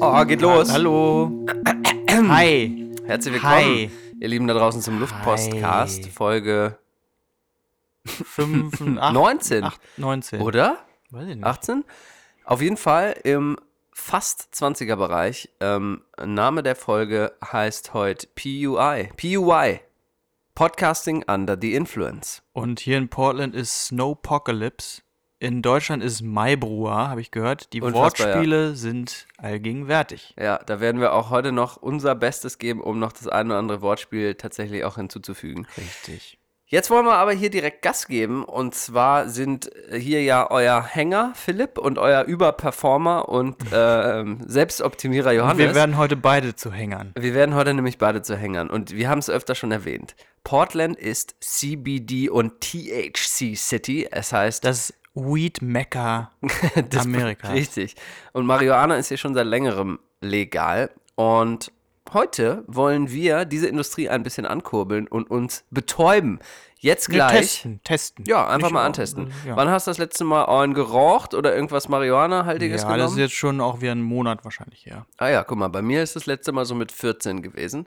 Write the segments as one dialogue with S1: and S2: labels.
S1: Oh, geht los.
S2: Hallo. Hi.
S1: Herzlich willkommen,
S2: Hi.
S1: ihr Lieben da draußen zum Luftpostcast,
S2: Hi.
S1: Folge
S2: 5,
S1: 19,
S2: 8, 19.
S1: oder?
S2: Weiß ich nicht.
S1: 18? Auf jeden Fall im fast 20er Bereich. Ähm, Name der Folge heißt heute PUI. PUI. Podcasting Under the Influence.
S2: Und hier in Portland ist Snowpocalypse. In Deutschland ist Maibruar, habe ich gehört. Die
S1: Unfassbar,
S2: Wortspiele sind allgegenwärtig.
S1: Ja, da werden wir auch heute noch unser Bestes geben, um noch das ein oder andere Wortspiel tatsächlich auch hinzuzufügen.
S2: Richtig.
S1: Jetzt wollen wir aber hier direkt Gas geben. Und zwar sind äh, hier ja euer Hänger Philipp und euer Überperformer und ähm, Selbstoptimierer
S2: Und
S1: Johannes.
S2: wir werden heute beide zu Hängern.
S1: wir werden heute nämlich beide zu Hängern. Und wir haben es öfter schon erwähnt. Portland ist CBD und THC City. Es heißt
S2: Das Weed Mecca
S1: das-
S2: Amerika.
S1: Richtig. Und Marihuana ist hier schon seit längerem legal. Und heute wollen wir diese Industrie ein bisschen ankurbeln und uns betäuben. Jetzt
S2: Wir
S1: gleich.
S2: testen, testen.
S1: Ja, einfach
S2: Nicht
S1: mal
S2: auch-
S1: antesten.
S2: Ja,
S1: Wann hast du das letzte Mal einen geraucht oder irgendwas Marihuana-haltiges
S2: ja das ist
S1: genommen?
S2: jetzt schon auch wieder ein Monat wahrscheinlich her.
S1: ah ja, guck mal, bei mir ist das letzte Mal so mit 14 gewesen.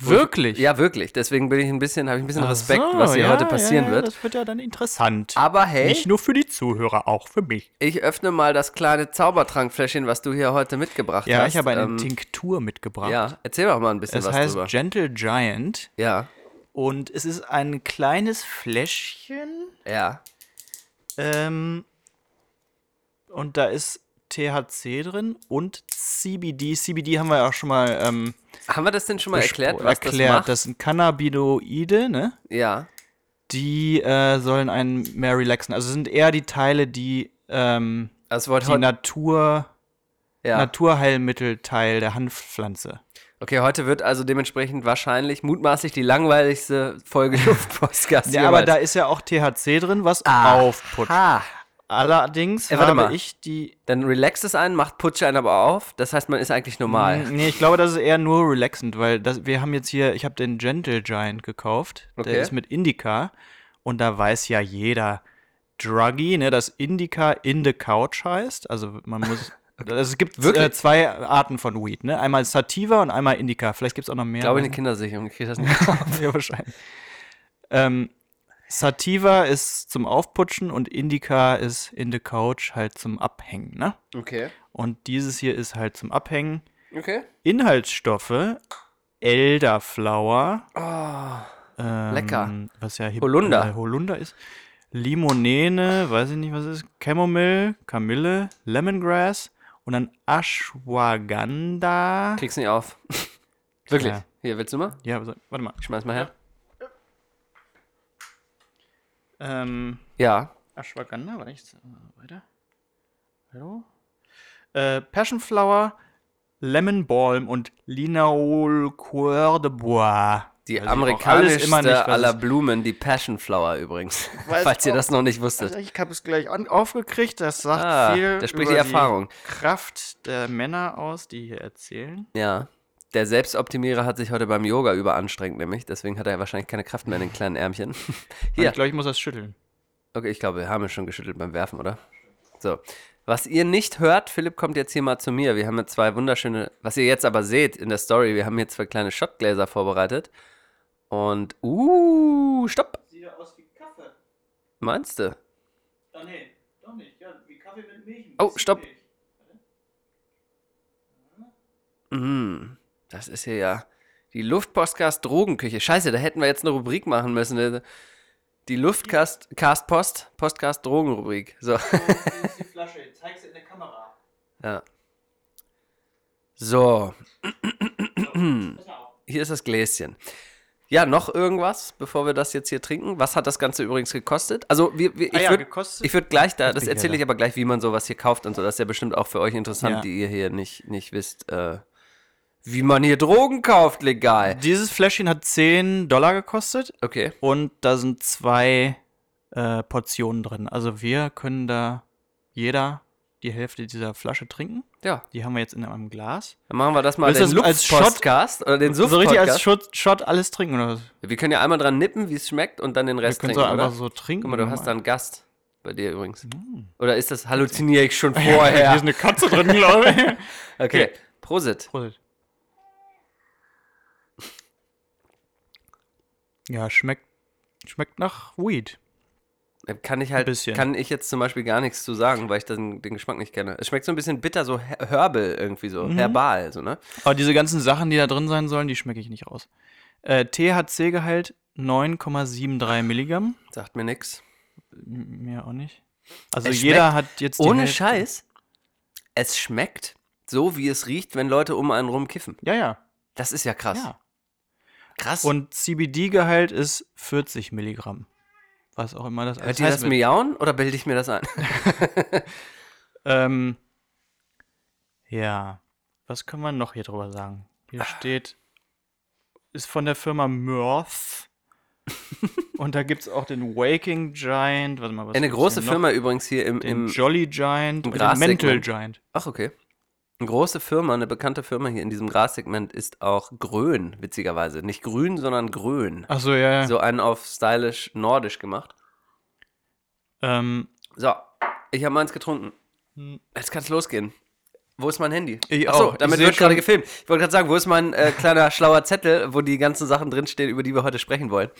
S2: Wirklich?
S1: Ja, wirklich. Deswegen bin ich ein bisschen, habe ich ein bisschen
S2: Ach
S1: Respekt,
S2: so,
S1: was hier
S2: ja,
S1: heute passieren
S2: ja, ja,
S1: wird.
S2: Das wird ja dann interessant.
S1: Aber hey,
S2: Nicht nur für die Zuhörer, auch für mich.
S1: ich öffne mal das kleine Zaubertrankfläschchen, was du hier heute mitgebracht
S2: Ja,
S1: hast.
S2: ich habe eine
S1: Ähm,
S2: Tinktur mitgebracht.
S1: Ja, erzähl doch mal ein bisschen
S2: es
S1: was
S2: heißt
S1: drüber.
S2: Gentle Giant
S1: Ja,
S2: und es ist ein kleines Fläschchen
S1: ja.
S2: ähm, und da ist THC drin und CBD. CBD haben wir ja auch schon mal ähm,
S1: Haben wir das denn schon mal erklärt,
S2: bespro-
S1: was
S2: erklärt.
S1: das macht?
S2: sind Cannabinoide, ne?
S1: ja,
S2: Die äh, sollen einen mehr relaxen. Also sind eher die Teile, die ähm,
S1: also es wird
S2: die
S1: heute,
S2: Natur,
S1: ja.
S2: Naturheilmittelteil der Hanfpflanze.
S1: Okay, heute wird also dementsprechend wahrscheinlich mutmaßlich die langweiligste Folge Luftpostcast
S2: Ja, aber da ist ja auch THC drin, was aufputzt.
S1: Ha.
S2: Allerdings
S1: Äh, warte
S2: habe
S1: mal.
S2: ich die.
S1: Dann relaxt es einen, macht Putsche einen aber auf. Das heißt, man ist eigentlich normal.
S2: Hm, Nee, ich glaube, das ist eher nur relaxend, weil das, wir haben jetzt hier, ich habe den Gentle Giant gekauft.
S1: Okay.
S2: Der ist mit Indica. Und da weiß ja jeder Druggy, ne, dass Indica in the Couch heißt. Also man muss. Also es gibt
S1: Wirklich?
S2: äh, zwei Arten von Weed, ne? Einmal Sativa und einmal Indica. Vielleicht gibt es auch noch mehr.
S1: Ich glaube,
S2: weiß
S1: eine Kindersicherung ich krieg das nicht.
S2: ja, wahrscheinlich. Ähm, Sativa ist zum Aufputschen und Indica ist in the Couch halt zum Abhängen, ne?
S1: Okay.
S2: Und dieses hier ist halt zum Abhängen.
S1: Okay.
S2: Inhaltsstoffe: Elderflower,
S1: Oh,
S2: ähm,
S1: Lecker.
S2: was ja Hip-
S1: Holunder.
S2: äh, Holunder ist. Limonene, weiß ich nicht, was es ist. Chamomile, Kamille, Lemongrass und dann Ashwagandha.
S1: krieg's nicht auf. Wirklich.
S2: Ja.
S1: Hier, willst du mal?
S2: Ja, was- warte mal.
S1: Ich schmeiß mal her.
S2: Ähm,
S1: Ja.
S2: Ashwagandha, warte ich. äh, Weiter. Hallo? Äh, Passionflower, Lemon Balm und Linaol Coeur de Bois.
S1: Die
S2: Weiß Also ich auch
S1: amerikanischste
S2: alles immer nicht, was
S1: aller
S2: es-
S1: Blumen, die Passionflower übrigens.
S2: Weiß
S1: Falls ihr
S2: auch-
S1: das noch nicht wusstet.
S2: Also ich habe es gleich an, aufgekriegt, das sagt
S1: Ah,
S2: viel
S1: da spricht
S2: über
S1: die Erfahrung.
S2: Kraft der Männer aus, die hier erzählen.
S1: Ja. Der Selbstoptimierer hat sich heute beim Yoga überanstrengt, nämlich. Deswegen hat er wahrscheinlich keine Kraft mehr in den kleinen Ärmchen.
S2: Und
S1: Hier.
S2: Ich glaube, ich muss das schütteln.
S1: Okay, ich glaube, wir haben es schon geschüttelt beim Werfen, oder? So. Was ihr nicht hört, Philipp kommt jetzt hier mal zu mir. Wir haben hier zwei wunderschöne, was ihr jetzt aber seht in der Story, wir haben hier zwei kleine Shotgläser vorbereitet. Und, uh, stopp.
S2: Sieht ja aus wie Kaffee.
S1: Meinst du?
S2: Ah, nee, doch nicht. Ja, wie Kaffee mit Milch.
S1: Oh, bisschen stopp. Milch. Mm, das ist hier ja die Luftpostcast Drogenküche. Scheiße, da hätten wir jetzt eine Rubrik machen müssen. Die Luftcast Cast Post, Postcast Drogenrubrik. So.
S2: die Flasche. Zeig sie in der Kamera.
S1: Ja. So,
S2: Pass auf.
S1: hier ist das Gläschen. Ja, noch irgendwas, bevor wir das jetzt hier trinken? Was hat das Ganze übrigens gekostet? Also, wir, wir,
S2: Ah
S1: ich
S2: ja,
S1: würde
S2: gekostet?
S1: würd gleich da,
S2: Jetzt
S1: das
S2: bin ich
S1: erzähle
S2: ja
S1: ich aber gleich, wie man sowas hier kauft und so. Das ist ja bestimmt auch für euch interessant,
S2: Ja.
S1: die ihr hier nicht, nicht wisst, äh, wie man hier Drogen kauft legal.
S2: Dieses Fläschchen hat 10 Dollar gekostet
S1: Okay.
S2: und da sind zwei äh, Portionen drin. Also wir können da jeder die Hälfte dieser Flasche trinken.
S1: Ja,
S2: Die haben wir jetzt in einem Glas.
S1: dann machen wir das mal
S2: Willst du
S1: den
S2: das als Shot-
S1: Luftpodcast oder den
S2: so richtig als
S1: Suft-Podcast.
S2: Shot, Shot alles trinken oder was?
S1: wir können ja einmal dran nippen, wie es schmeckt und dann den
S2: Wir
S1: Rest
S2: können
S1: trinken,
S2: so einfach
S1: oder?
S2: so trinken.
S1: Guck mal, du hast da einen Gast bei dir übrigens.
S2: Hm.
S1: Oder ist das halluziniere ich schon
S2: Hier ist
S1: vorher?
S2: eine Katze drin, glaube ich.
S1: Okay, Prosit.
S2: Prosit. Ja, schmeckt, schmeckt nach Weed.
S1: Kann ich halt,
S2: bisschen.
S1: kann ich jetzt zum Beispiel gar nichts zu sagen, weil ich den, den Geschmack nicht kenne. Es schmeckt so ein bisschen bitter, so her- herbal irgendwie so,
S2: Mhm.
S1: herbal, so, ne?
S2: Aber diese ganzen Sachen, die da drin sein sollen, die schmecke ich nicht raus. Äh, THC-Gehalt 9,73 Milligramm.
S1: Sagt mir nix.
S2: M- Mehr auch nicht. Also
S1: Es
S2: jeder hat jetzt die
S1: Ohne
S2: Hälfte.
S1: Scheiß, es schmeckt so, wie es riecht, wenn Leute um einen rum kiffen.
S2: Ja, ja.
S1: Das ist ja krass.
S2: ja.
S1: Krass.
S2: Und CBD-Gehalt ist 40 Milligramm. Was auch immer das
S1: Hört
S2: alles
S1: ihr das
S2: heißen wird.
S1: miauen oder bilde ich mir das ein?
S2: Ähm, ja. Was kann man noch hier drüber sagen? Hier steht, ist von der Firma Murph. Und da gibt es auch den Waking Giant. Warte mal, was
S1: Eine
S2: gibt's
S1: große
S2: hier noch?
S1: Firma übrigens hier im,
S2: Den
S1: im
S2: Jolly Giant
S1: im
S2: und den
S1: Grassegment.
S2: Mental Giant.
S1: Ach, okay. Eine große Firma, eine bekannte Firma hier in diesem Grassegment ist auch Grön, witzigerweise. Nicht grün, sondern Grön.
S2: Achso, ja, ja.
S1: So einen auf stylisch nordisch gemacht.
S2: Ähm,
S1: So, ich habe meins getrunken.
S2: Hm.
S1: Jetzt kann's losgehen. Wo ist mein Handy?
S2: Ich
S1: Ach so,
S2: auch. Ich
S1: damit
S2: seh
S1: wird gerade
S2: schon-
S1: gefilmt. Ich wollte gerade sagen, wo ist mein äh, kleiner schlauer Zettel, wo die ganzen Sachen drinstehen, über die wir heute sprechen wollen.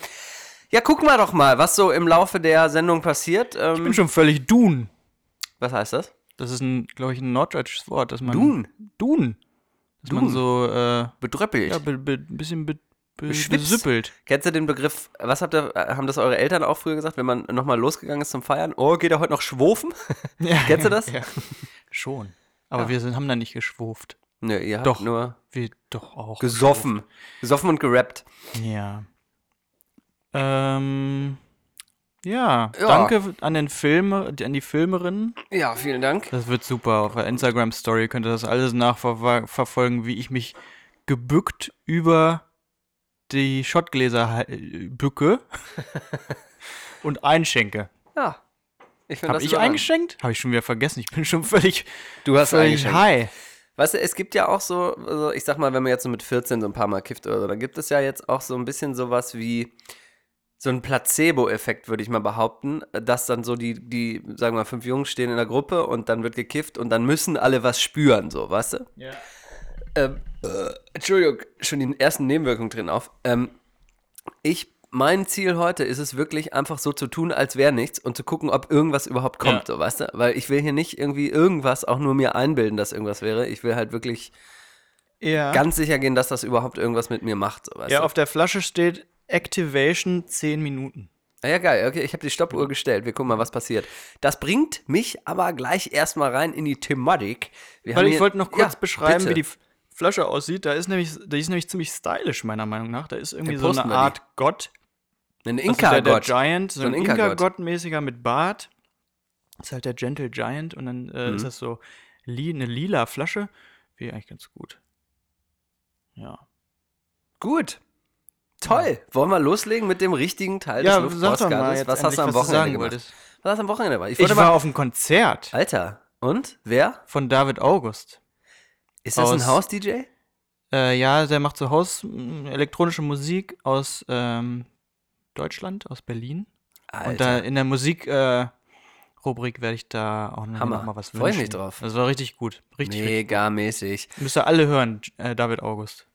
S1: Ja, gucken wir doch mal, was so im Laufe der Sendung passiert.
S2: ich
S1: Ähm,
S2: bin schon völlig Dun.
S1: was heißt das?
S2: Das ist, ein, glaube ich, ein norddeutsches Wort. Dass man,
S1: Dun.
S2: Dun. Dass man
S1: Dun.
S2: so äh,
S1: Bedröppelt.
S2: ja, be, be, ein bisschen be, be,
S1: Beschwipst.
S2: besüppelt.
S1: Kennst du den Begriff, was habt ihr, haben das eure Eltern auch früher gesagt, wenn man nochmal losgegangen ist zum Feiern? Oh, geht er heute noch schwofen?
S2: Ja,
S1: Kennst du das?
S2: Ja. Schon. Aber
S1: Ja.
S2: wir sind, haben da nicht geschwurft.
S1: Nö, ihr habt
S2: Doch.
S1: nur
S2: Wir doch auch.
S1: gesoffen. Gesoffen und gerappt.
S2: geschwurft. Ja. Ähm. Ja,
S1: Ja.
S2: danke an den Film, an die Filmerinnen.
S1: Ja, vielen Dank.
S2: Das wird super. Auf der Instagram Story könnt ihr das alles nachverfolgen, wie ich mich gebückt über die Schottgläser hal- bücke und einschenke.
S1: Ja. Ich find
S2: Habe
S1: das
S2: ich
S1: überragend.
S2: eingeschenkt? Habe ich schon wieder vergessen. Ich bin schon völlig,
S1: Du hast
S2: völlig
S1: eingeschenkt.
S2: high.
S1: Weißt du, es gibt ja auch so, also ich sag mal, wenn man jetzt so mit 14 so ein paar Mal kifft oder so, dann gibt es ja jetzt auch so ein bisschen sowas wie so ein Placebo-Effekt, würde ich mal behaupten, dass dann so die, die, sagen wir mal, fünf Jungs stehen in der Gruppe und dann wird gekifft und dann müssen alle was spüren, so, weißt du?
S2: Ja.
S1: Ähm, äh, Entschuldigung, schon die ersten Nebenwirkungen drin auf. Ähm, ich, mein Ziel heute ist es wirklich einfach so zu tun, als wäre nichts und zu gucken, ob irgendwas überhaupt kommt,
S2: Ja.
S1: so, weißt du? Weil ich will hier nicht irgendwie irgendwas auch nur mir einbilden, dass irgendwas wäre. Ich will halt wirklich
S2: Ja.
S1: ganz sicher gehen, dass das überhaupt irgendwas mit mir macht, so, weißt
S2: ja,
S1: du?
S2: auf der Flasche steht Activation 10 Minuten.
S1: Ah, ja, geil, okay, ich habe die Stoppuhr gestellt. Wir gucken mal, was passiert. Das bringt mich aber gleich erstmal rein in die Thematik. Wir
S2: Weil
S1: haben
S2: ich
S1: hier-
S2: wollte noch kurz
S1: Ja,
S2: beschreiben,
S1: bitte.
S2: wie die F- Flasche aussieht. Da ist nämlich, die ist nämlich ziemlich stylisch, meiner Meinung nach. Da ist irgendwie
S1: Dann
S2: so
S1: posten
S2: eine
S1: wir die.
S2: Art Gott.
S1: Ein
S2: Also der, der
S1: Inka-Gott.
S2: Giant, so,
S1: So
S2: ein
S1: ein Inka-Gott.
S2: Inka-Gott-mäßiger mit Bart. Ist halt der Gentle Giant und dann äh,
S1: Mhm.
S2: ist das so li eine lila Flasche. Wäre eigentlich ganz gut. Ja.
S1: Gut. Toll. Wollen wir loslegen mit dem richtigen Teil des Luftpostgartes? Was hast du am Wochenende gemacht? Was hast du am Wochenende gemacht?
S2: Ich
S1: wollte
S2: war
S1: mal-
S2: auf einem Konzert
S1: Alter. Und? Wer?
S2: von David August.
S1: Ist das ein
S2: Aus-
S1: Haus-DJ?
S2: Äh, ja, der macht so Haus m, elektronische Musik aus ähm, Deutschland, aus Berlin. Und da
S1: Alter.
S2: in der Musik äh, Rubrik werde ich da auch noch,
S1: Hammer.
S2: noch mal was wünschen.
S1: Freu mich drauf.
S2: Das war richtig gut. Richtig, richtig.
S1: Megamäßig.
S2: Müsst ihr alle hören, äh, David August.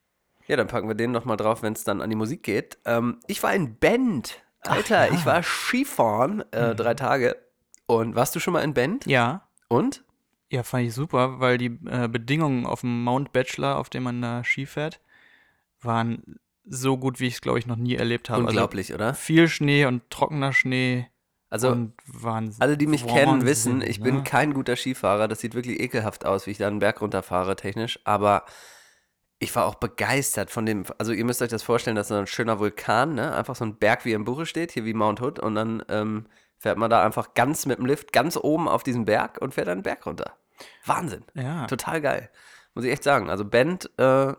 S1: Ja, dann packen wir den nochmal drauf, wenn es dann an die Musik geht. Ähm, ich war in Bend. Alter, ich war Skifahren äh, drei Tage. Und warst du schon mal in Bend?
S2: Mhm. Ja.
S1: Und?
S2: Ja, fand ich super, weil die äh, Bedingungen auf dem Mount Bachelor, auf dem man da Ski fährt, waren so gut, wie ich es, glaube ich, noch nie erlebt habe.
S1: Unglaublich, oder?
S2: Also viel Schnee und trockener Schnee
S1: Also,
S2: und Wahnsinn.
S1: Alle, die mich kennen, wissen, ich
S2: ne?
S1: bin kein guter Skifahrer. Das sieht wirklich ekelhaft aus, wie ich da einen Berg runterfahre, technisch. Aber Ich war auch begeistert von dem, also ihr müsst euch das vorstellen, das ist so ein schöner Vulkan, ne? Einfach so ein Berg, wie im Buche steht, hier wie Mount Hood. Und dann ähm, fährt man da einfach ganz mit dem Lift ganz oben auf diesen Berg und fährt dann einen Berg runter. Wahnsinn.
S2: Ja.
S1: Total geil. Muss ich echt sagen. Also Band, äh,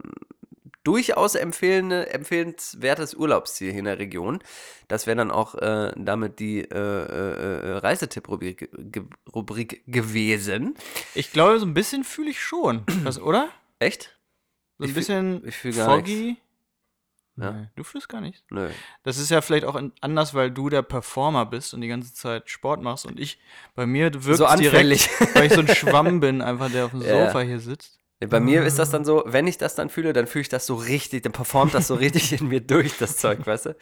S1: durchaus empfehlende, empfehlenswertes Urlaubsziel hier in der Region. Das wäre dann auch äh, damit die äh, äh, Reisetipp-Rubrik ge Rubrik gewesen.
S2: Ich glaube, so ein bisschen fühle ich schon. Das, oder?
S1: Echt?
S2: So ein
S1: Ich fühl-
S2: bisschen
S1: ich fühl gar
S2: foggy.
S1: Ja.
S2: Nee, du fühlst gar nichts.
S1: Nö.
S2: Das ist ja vielleicht auch an- anders, weil du der Performer bist und die ganze Zeit Sport machst und ich, bei mir wirkt
S1: So
S2: es direkt,
S1: anfällig.
S2: weil ich so ein Schwamm bin, einfach der auf dem
S1: Ja.
S2: Sofa hier sitzt.
S1: Bei mir ist das
S2: Ah.
S1: dann so, wenn ich das dann fühle, dann fühle ich das so richtig, dann performt das so richtig in mir durch, das Zeug, weißt du?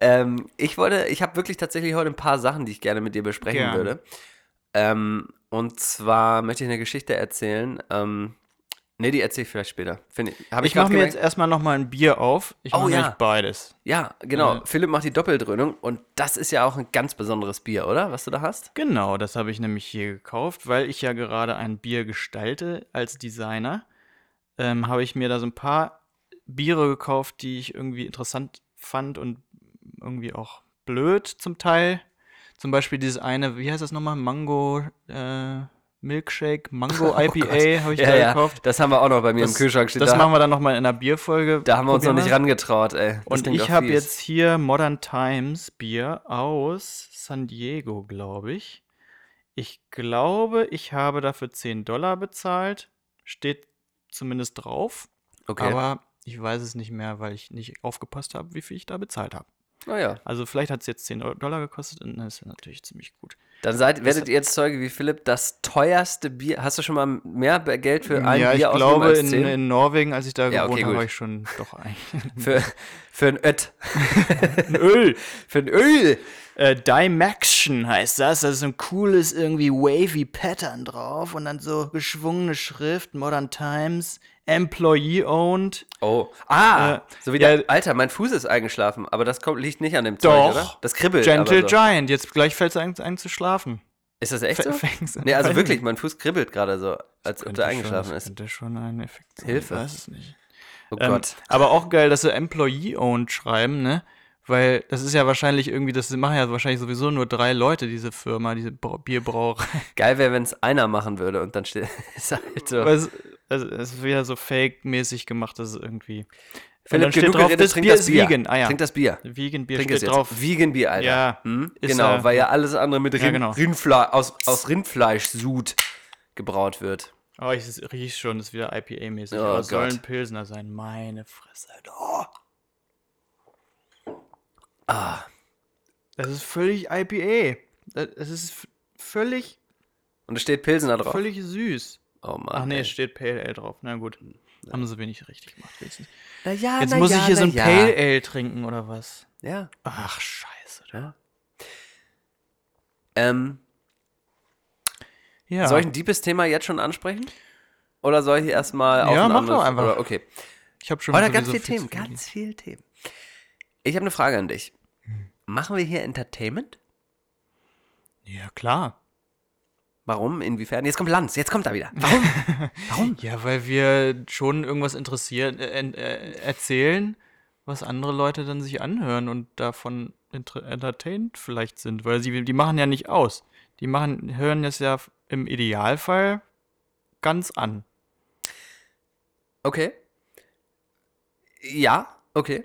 S1: Ähm, ich wollte, ich habe wirklich tatsächlich heute ein paar Sachen, die ich gerne mit dir besprechen
S2: Gerne.
S1: würde. Ähm, und zwar möchte ich eine Geschichte erzählen. Ähm, nee, die erzähle ich vielleicht später. Finde ich, hab
S2: Ich,
S1: ich
S2: mache
S1: grad
S2: mir
S1: gemerkt.
S2: jetzt erstmal nochmal ein Bier auf. Ich
S1: Oh,
S2: mache
S1: ja.
S2: nämlich beides.
S1: Ja, genau.
S2: Ja.
S1: Philipp macht die Doppeldröhnung und das ist ja auch ein ganz besonderes Bier, oder? Was du da hast?
S2: Genau, das habe ich nämlich hier gekauft, weil ich ja gerade ein Bier gestalte als Designer. Ähm, habe ich mir da so ein paar Biere gekauft, die ich irgendwie interessant fand und irgendwie auch blöd zum Teil. Zum Beispiel dieses eine, wie heißt das nochmal? Mango äh, Milkshake,
S1: Oh
S2: Mango IPA habe ich da gekauft.
S1: Das haben wir auch noch bei mir im Kühlschrank stehen.
S2: das
S1: Da,
S2: machen wir dann nochmal in einer Bierfolge.
S1: da haben wir uns noch
S2: Probieren
S1: nicht rangetraut, ey. Das
S2: und
S1: klingt
S2: ich
S1: doch
S2: habe
S1: fies.
S2: jetzt hier Modern Times Bier aus San Diego, glaube ich. Ich glaube, ich habe dafür 10 Dollar bezahlt. Steht zumindest drauf.
S1: Okay.
S2: Aber ich weiß es nicht mehr, weil ich nicht aufgepasst habe, wie viel ich da bezahlt habe.
S1: naja.
S2: Also vielleicht hat es jetzt 10 Dollar gekostet und das ist natürlich ziemlich gut.
S1: Dann seid, werdet ihr jetzt Zeuge wie Philipp, das teuerste Bier. Hast du schon mal mehr Be- Geld für ein
S2: Ähm, ja,
S1: Bier
S2: ich
S1: ausgegeben
S2: glaube,
S1: als
S2: in,
S1: zehn?
S2: in Norwegen, als ich da
S1: Ja, okay,
S2: gewohnt habe,
S1: gut.
S2: habe ich schon doch ein,
S1: für, für ein Ött.
S2: ein Öl.
S1: Für ein Öl.
S2: Äh, Dimaxion heißt das. Das ist so ein cooles, irgendwie wavy Pattern drauf und dann so geschwungene Schrift, Modern Times, Employee-owned.
S1: Oh. Ah,
S2: Äh,
S1: so wie
S2: ja.
S1: der, Alter, mein Fuß ist eingeschlafen, aber das kommt, liegt nicht an dem
S2: Doch.
S1: Zeug, oder? Das kribbelt.
S2: Gentle
S1: aber so.
S2: Giant. Jetzt gleich fällt es einem ein zu schlafen.
S1: Ist das echt so?
S2: Fängt's an.
S1: Nee, also
S2: Weiß
S1: wirklich,
S2: nicht.
S1: mein Fuß kribbelt gerade so, als ob
S2: Könnte
S1: der
S2: schon-
S1: eingeschlafen
S2: das
S1: ist.
S2: Könnte schon ein Effekt sein.
S1: Hilfe.
S2: Ich weiß es nicht.
S1: Oh
S2: Ähm,
S1: Gott.
S2: Aber auch geil, dass sie Employee-owned schreiben, ne? Weil das ist ja wahrscheinlich irgendwie, das machen ja wahrscheinlich sowieso nur drei Leute, diese Firma, diese Brau- Bierbrauerei.
S1: Geil wäre, wenn es einer machen würde und dann steht ist halt so.
S2: Aber es, also es ist wieder so fake-mäßig gemacht, dass es irgendwie. Und
S1: Philipp,
S2: dann steht
S1: genug
S2: drauf,
S1: geredet,
S2: das
S1: trink
S2: Bier
S1: das
S2: ist
S1: Bier.
S2: vegan. Ah ja,
S1: Trink das Bier.
S2: vegan Bier
S1: Trink es
S2: steht
S1: jetzt.
S2: drauf.
S1: Vegan Bier, Alter.
S2: Ja,
S1: Hm?
S2: ist
S1: Genau,
S2: ja-
S1: weil ja alles andere mit Rind,
S2: genau.
S1: Rindfle aus, aus Rindfleischsud gebraut wird.
S2: Oh, ich es riecht schon, ist wieder IPA-mäßig.
S1: Oh
S2: Aber es sollen
S1: Gott.
S2: Pilsner sein. Meine Fresse. Alter. Oh.
S1: Ah,
S2: Das ist völlig IPA. Das, das ist f- völlig,
S1: und es steht Pilsen da drauf.
S2: völlig süß.
S1: Oh Mann.
S2: Ach nee,
S1: ey.
S2: es steht Pale Ale drauf. Na gut. Haben sie wenig richtig gemacht. wenigstens.
S1: Na ja,
S2: Jetzt
S1: na
S2: muss
S1: ja,
S2: ich hier so
S1: na
S2: ein
S1: ja.
S2: Pale Ale trinken oder was?
S1: Ja.
S2: Ach, scheiße.
S1: ja. Ähm,
S2: Ja.
S1: Soll ich ein deepes Thema jetzt schon ansprechen? Oder soll ich erstmal auf
S2: Ja,
S1: ein
S2: mach
S1: anderes-
S2: doch einfach.
S1: Oder, okay. Oh,
S2: ich habe schon
S1: Oder ganz
S2: sowieso
S1: viele Themen,
S2: viel zu verlieren.
S1: ganz viele Themen. Ich habe eine Frage an dich.
S2: Hm.
S1: Machen wir hier Entertainment?
S2: Ja, klar.
S1: Warum? Inwiefern? Jetzt kommt Lanz, jetzt kommt er wieder. Warum? Warum?
S2: Ja, weil wir schon irgendwas interessieren, äh, en- äh, erzählen, was andere Leute dann sich anhören und davon inter- entertained vielleicht sind, weil sie die machen ja nicht aus. Die machen hören das ja f- im Idealfall ganz an.
S1: Okay. Ja, okay.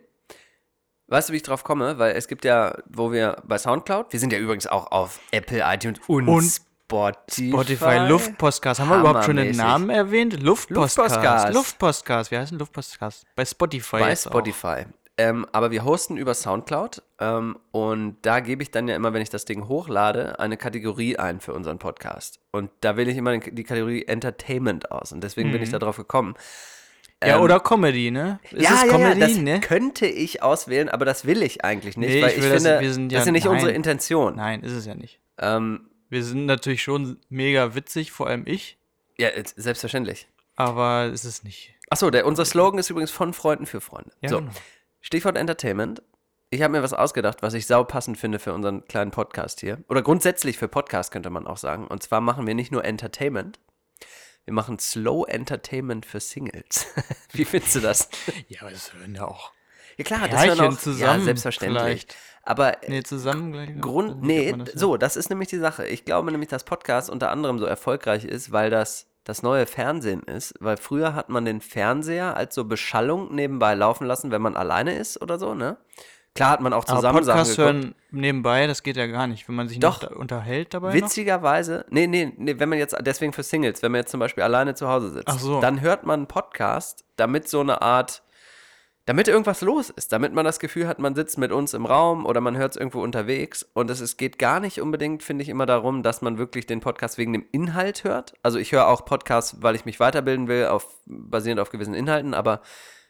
S1: Weißt du, wie ich drauf komme? Weil es gibt ja, wo wir bei Soundcloud, wir sind ja übrigens auch auf Apple, iTunes und,
S2: Und
S1: Spotify.
S2: Spotify Luftpostcast, haben wir überhaupt schon den
S1: Hammermäßig.
S2: Namen erwähnt? Luftpostcast.
S1: Luftpostcast.
S2: Luftpostcast. Wir heißen Luftpostcast bei Spotify.
S1: bei
S2: jetzt auch.
S1: Spotify. Ähm, aber wir hosten über Soundcloud ähm, und da gebe ich dann ja immer, wenn ich das Ding hochlade, eine Kategorie ein für unseren Podcast. Und da wähle ich immer die Kategorie Entertainment aus und deswegen bin ich
S2: Mhm.
S1: da drauf gekommen.
S2: Ja,
S1: Ähm,
S2: oder Comedy, ne? Ist
S1: ja,
S2: es
S1: ja,
S2: Comedy,
S1: ja, das
S2: ne?
S1: könnte ich auswählen, aber das will ich eigentlich nicht,
S2: Nee,
S1: weil
S2: ich
S1: ich,
S2: will, dass-
S1: finde,
S2: wir sind ja-
S1: das ist ja nicht
S2: nein.
S1: unsere Intention.
S2: Nein, ist es ja nicht.
S1: Ähm,
S2: Wir sind natürlich schon mega witzig, vor allem ich.
S1: ja, jetzt- selbstverständlich.
S2: aber es ist nicht.
S1: Achso, der, unser Slogan ist übrigens von Freunden für Freunde.
S2: Ja,
S1: so,
S2: genau.
S1: Stichwort Entertainment. Ich habe mir was ausgedacht, was ich saupassend finde für unseren kleinen Podcast hier. Oder grundsätzlich für Podcast könnte man auch sagen. Und zwar machen wir nicht nur Entertainment, Wir machen Slow Entertainment für Singles. Wie findest du das?
S2: Ja, aber das hören ja auch.
S1: Ja klar,
S2: Pärchen
S1: hören auch-
S2: zusammen
S1: Ja, selbstverständlich.
S2: vielleicht.
S1: Aber äh,
S2: Nee, zusammen gleich.
S1: Grund,
S2: Wie
S1: nee,
S2: kann man das
S1: so, das ist nämlich die Sache. Ich glaube nämlich, dass Podcast unter anderem so erfolgreich ist, weil das das neue Fernsehen ist, weil früher hat man den Fernseher als so Beschallung nebenbei laufen lassen, wenn man alleine ist oder so, ne? Klar hat man auch
S2: Aber
S1: zusammen Sachen
S2: Podcast
S1: geguckt.
S2: hören nebenbei, das geht ja gar nicht, wenn man sich
S1: Doch.
S2: noch da- unterhält dabei. Noch?
S1: Witzigerweise, nee, nee, nee, wenn man jetzt, deswegen für Singles, wenn man jetzt zum Beispiel alleine zu Hause sitzt,
S2: Ach so.
S1: dann hört man einen Podcast, damit so eine Art, damit irgendwas los ist, damit man das Gefühl hat, man sitzt mit uns im Raum oder man hört es irgendwo unterwegs und es ist, geht gar nicht unbedingt, finde ich, immer darum, dass man wirklich den Podcast wegen dem Inhalt hört. Also ich höre auch Podcasts, weil ich mich weiterbilden will, auf, basierend auf gewissen Inhalten, aber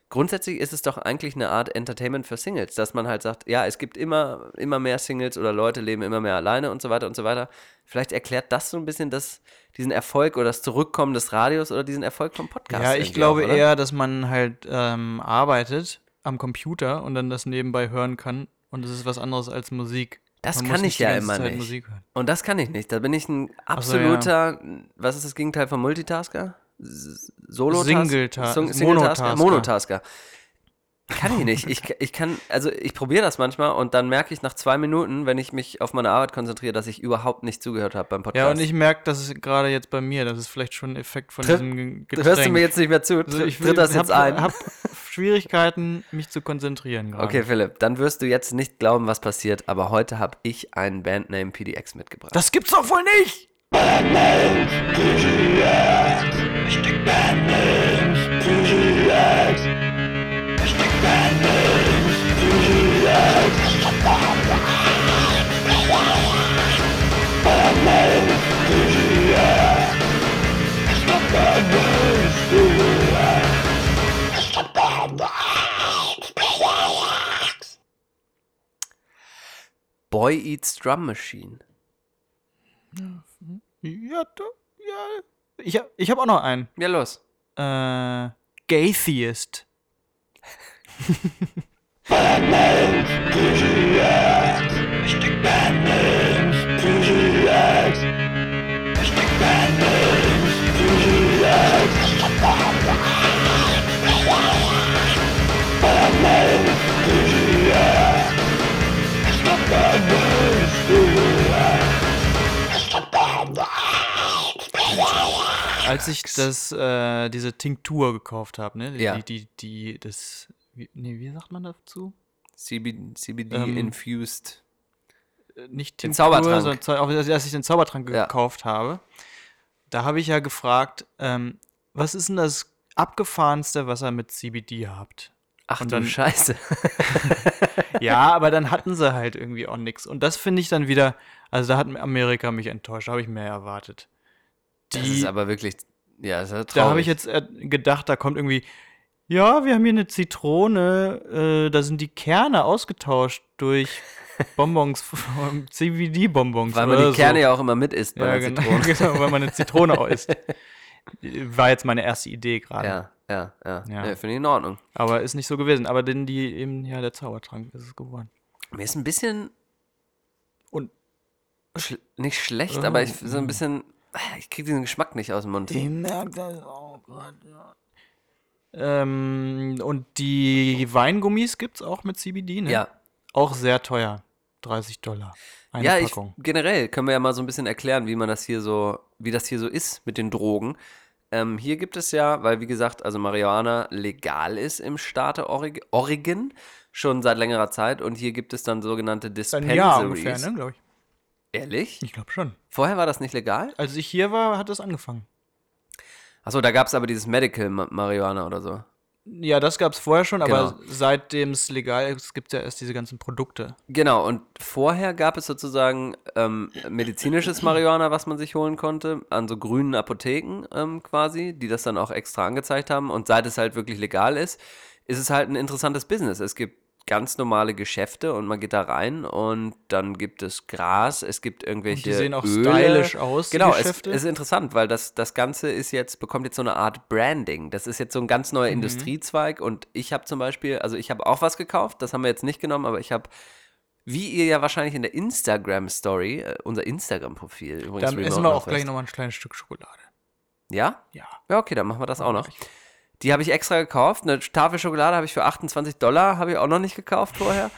S1: grundsätzlich ist es doch eigentlich eine Art Entertainment für Singles, dass man halt sagt, ja, es gibt immer, immer mehr Singles oder Leute leben immer mehr alleine und so weiter und so weiter. Vielleicht erklärt das so ein bisschen das, diesen Erfolg oder das Zurückkommen des Radios oder diesen Erfolg vom Podcast.
S2: Ja,
S1: irgendwie
S2: ich glaube
S1: auch, oder?
S2: eher, dass man halt ähm, arbeitet am Computer und dann das nebenbei hören kann. Und es ist was anderes als Musik.
S1: Das
S2: man
S1: kann
S2: muss
S1: ich
S2: die
S1: ja
S2: ganze
S1: immer
S2: Zeit
S1: nicht. Oh
S2: Musik hören.
S1: Und das kann ich nicht. Da bin ich ein
S2: Ach so, ja.
S1: absoluter, was ist das Gegenteil von Multitasker? S- Solo
S2: Singleta- Monotasker.
S1: Monotasker. Kann ich nicht. Ich, ich kann, also ich probiere das manchmal und dann merke ich nach zwei Minuten, wenn ich mich auf meine Arbeit konzentriere, dass ich überhaupt nicht zugehört habe beim Podcast.
S2: Ja, und ich merke, dass es gerade jetzt bei mir, das ist vielleicht schon ein Effekt von
S1: Tritt-
S2: diesem Ge- Getränk.
S1: Hörst du mir jetzt nicht mehr zu?
S2: Also ich
S1: tritt das
S2: hab,
S1: jetzt ein?
S2: habe Schwierigkeiten, mich zu konzentrieren gerade.
S1: okay, Philipp, dann wirst du jetzt nicht glauben, was passiert, aber heute habe ich einen Bandname PDX mitgebracht.
S2: Das gibt's doch wohl nicht!
S1: Boy Eats Drum Machine.
S2: Ja, du, ja. Ich, hab- ich habe auch noch einen.
S1: Ja, los.
S2: Äh, Gaytheist. Als ich das, äh, diese Tinktur gekauft habe, ne?
S1: Ja.
S2: Die, die, die, das, wie, nee, wie sagt man dazu?
S1: CBD,
S2: Ähm,
S1: infused.
S2: Äh, Nicht
S1: Den
S2: Tinktur,
S1: Zaubertrank.
S2: sondern Zau- auch, als als ich den Zaubertrank
S1: Ja.
S2: gekauft habe, da habe ich ja gefragt, ähm, was ist denn das abgefahrenste, was ihr mit CBD habt?
S1: Ach
S2: Und
S1: du
S2: dann-
S1: Scheiße.
S2: Ja, aber dann hatten sie halt irgendwie auch nichts. Und das finde ich dann wieder, also da hat Amerika mich enttäuscht, da habe ich mehr erwartet.
S1: das
S2: Die,
S1: ist aber wirklich. Ja, das ist ja traurig.
S2: da habe ich jetzt äh, gedacht, da kommt irgendwie, ja, wir haben hier eine Zitrone, äh, da sind die Kerne ausgetauscht durch Bonbons, CBD-Bonbons.
S1: Weil man die Kerne ja auch immer mit isst bei
S2: ja,
S1: der
S2: genau,
S1: Zitrone.
S2: genau, weil man eine Zitrone auch isst. War jetzt meine erste Idee gerade.
S1: Ja, ja, ja.
S2: Ja.
S1: Nee, Finde ich in Ordnung.
S2: Aber ist nicht so gewesen. Aber denn die eben, ja, der Zaubertrank ist es geworden.
S1: Mir ist ein bisschen.
S2: Und-
S1: Schl nicht schlecht,
S2: Oh,
S1: aber ich so ein
S2: mm.
S1: bisschen. ah, Ich kriege diesen Geschmack nicht aus dem Mund.
S2: Ich merke das auch gerade. Ähm, und die Weingummis gibt's auch mit CBD, ne?
S1: Ja,
S2: Auch sehr teuer. 30 Dollar. Eine
S1: ja, ich,
S2: Packung.
S1: generell können wir ja mal so ein bisschen erklären, wie man das hier so, wie das hier so ist mit den Drogen. Ähm, hier gibt es ja, weil wie gesagt, also Marihuana legal ist im Staate Orig Oregon schon seit längerer Zeit und hier gibt es dann sogenannte
S2: Ein
S1: Dispensaries.
S2: Jahr ungefähr, ne, glaube ich.
S1: Ehrlich?
S2: Ich glaube schon.
S1: Vorher war das nicht legal?
S2: Als ich hier war, hat das angefangen.
S1: Achso, da gab es aber dieses Medical Ma- Marihuana oder so.
S2: Ja, das gab's vorher schon, aber
S1: Genau.
S2: seitdem es legal ist, gibt's ja erst diese ganzen Produkte.
S1: Genau, und vorher gab es sozusagen ähm, medizinisches Marihuana, was man sich holen konnte, an so grünen Apotheken ähm, quasi, die das dann auch extra angezeigt haben. Und seit es halt wirklich legal ist, ist es halt ein interessantes Business. Es gibt ganz normale Geschäfte und man geht da rein und dann gibt es Gras, es gibt irgendwelche.
S2: Und die sehen auch
S1: Öle.
S2: stylisch aus, die
S1: Genau, es,
S2: Geschäfte.
S1: es ist interessant, weil das, das Ganze ist jetzt, bekommt jetzt so eine Art Branding. Das ist jetzt so ein ganz neuer
S2: Mhm.
S1: Industriezweig und ich habe zum Beispiel, also ich habe auch was gekauft, das haben wir jetzt nicht genommen, aber ich habe, wie ihr ja wahrscheinlich in der Instagram-Story, äh, unser Instagram-Profil übrigens.
S2: Dann
S1: Remote
S2: essen wir auch
S1: Northwest.
S2: gleich nochmal ein kleines Stück Schokolade.
S1: Ja?
S2: Ja.
S1: Ja, okay, dann machen wir das auch noch. Die habe ich extra gekauft. Eine Tafel Schokolade habe ich für 28 Dollar, habe ich auch noch nicht gekauft vorher.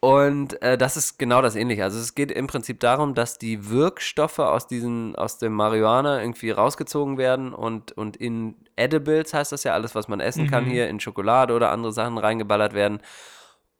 S1: Und äh, das ist genau das Ähnliche. Also es geht im Prinzip darum, dass die Wirkstoffe aus diesen, aus dem Marihuana irgendwie rausgezogen werden und, und in Edibles heißt das ja alles, was man essen
S2: Mhm.
S1: kann hier, in Schokolade oder andere Sachen reingeballert werden.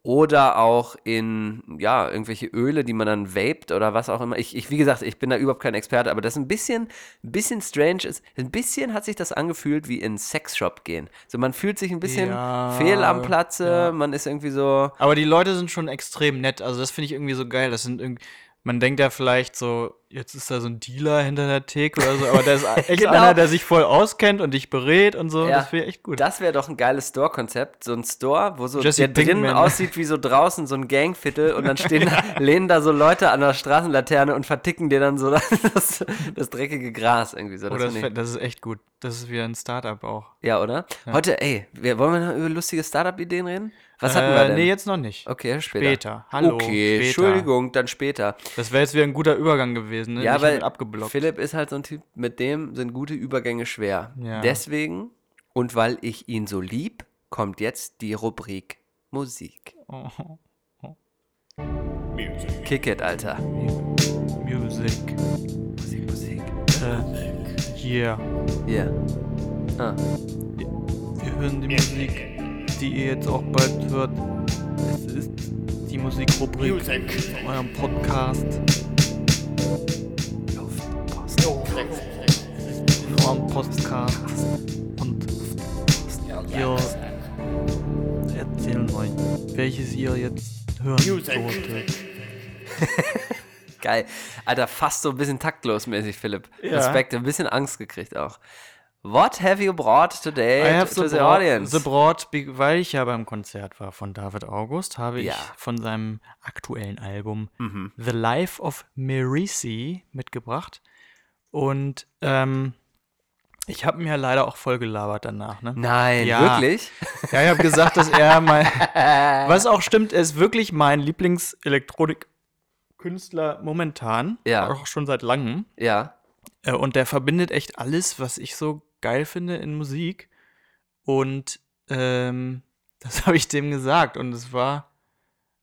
S1: Oder auch in, ja, irgendwelche Öle, die man dann vaped oder was auch immer. Ich, ich, wie gesagt, ich bin da überhaupt kein Experte, aber das ein bisschen, ein bisschen strange ist. Ein bisschen hat sich das angefühlt wie in Sexshop gehen. So, man fühlt sich ein bisschen
S2: Ja,
S1: fehl am Platze,
S2: ja.
S1: man ist irgendwie so,
S2: Aber die Leute sind schon extrem nett. Also das finde ich irgendwie so geil. Das sind irgendwie, man denkt ja vielleicht so, jetzt ist da so ein Dealer hinter der Theke oder so, aber da ist echt
S1: Genau.
S2: einer, der sich voll auskennt und dich berät und so.
S1: Ja.
S2: Oh, Das wäre echt gut.
S1: Das wäre doch ein geiles Store-Konzept. So ein Store, wo so
S2: Jesse
S1: der drinnen
S2: Pinkman.
S1: aussieht wie so draußen so ein Gangviertel und dann stehen, da- lehnen da so Leute an der Straßenlaterne und verticken dir dann so das, das dreckige Gras irgendwie. So, das
S2: Oder das,
S1: find
S2: fä- das ist echt gut. Das ist wieder ein Startup auch.
S1: ich, ja, oder? Heute, ey, wir, wollen wir noch über lustige Startup-Ideen reden? Was hatten wir
S2: Äh,
S1: denn?
S2: Nee, jetzt noch nicht.
S1: okay, später.
S2: Später. Hallo.
S1: Okay,
S2: später.
S1: Entschuldigung, dann später.
S2: Das wäre jetzt wieder ein guter Übergang gewesen. Ne?
S1: Ja,
S2: Nicht
S1: weil
S2: mit abgeblockt.
S1: Philipp ist halt so ein Typ, mit dem sind gute Übergänge schwer.
S2: Ja.
S1: Deswegen und weil ich ihn so lieb, kommt jetzt die Rubrik Musik.
S2: Oh,
S1: Kick it, Alter.
S2: Music.
S1: Musik, Musik.
S2: Yeah.
S1: Ja. Ah,
S2: Wir hören die Musik, die ihr jetzt auch bald hört. Es ist die Musikrubrik von eurem Podcast. In eurem Podcast. Und wir erzählen euch, welches ihr jetzt hören solltet.
S1: geil. Alter, fast so ein bisschen taktlos mäßig, Philipp.
S2: Ja.
S1: Respekt, ein bisschen Angst gekriegt auch. What have you brought today
S2: I have
S1: to
S2: the,
S1: the
S2: broad,
S1: audience?
S2: the broad, be- weil ich ja beim Konzert war von David August, habe
S1: Ja. Mhm.
S2: ich von seinem aktuellen Album The Life of Merisi mitgebracht. Und ähm, ich habe mir leider auch voll gelabert danach. Ne?
S1: Nein,
S2: Ja.
S1: wirklich?
S2: Ja, ich habe gesagt, dass er mein. was auch stimmt, er ist wirklich mein Lieblingselektronikkünstler momentan.
S1: Ja.
S2: Auch schon seit langem.
S1: Ja.
S2: Äh, Und der verbindet echt alles, was ich so geil finde in Musik. Und ähm, das habe ich dem gesagt. Und es war.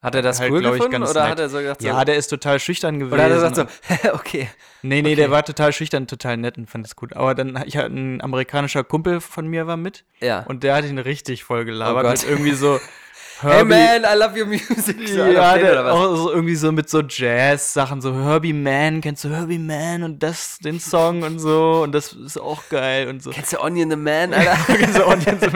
S1: Hat er das
S2: Halt,
S1: cool
S2: glaub ich,
S1: gefunden
S2: ganz
S1: oder
S2: nett.
S1: hat er so gedacht, so,
S2: Ja, ne? der ist total schüchtern gewesen.
S1: oder hat er gesagt so, okay.
S2: nee, nee, der war total schüchtern, total nett und fand es gut. Aber dann, ich hatte ein amerikanischer Kumpel von mir war mit
S1: Ja.
S2: und der hat ihn richtig voll gelabert.
S1: Oh Gott.
S2: mit irgendwie so.
S1: hey
S2: Herbie-
S1: man, I love your music. So,
S2: ja,
S1: Alter,
S2: der,
S1: oder was?
S2: auch so irgendwie so mit so Jazz-Sachen, so Herbie Man, kennst du Herbie Man und das, den Song und so und das ist auch geil und so.
S1: Kennst du Onion the Man, Alter?
S2: Diese Audience.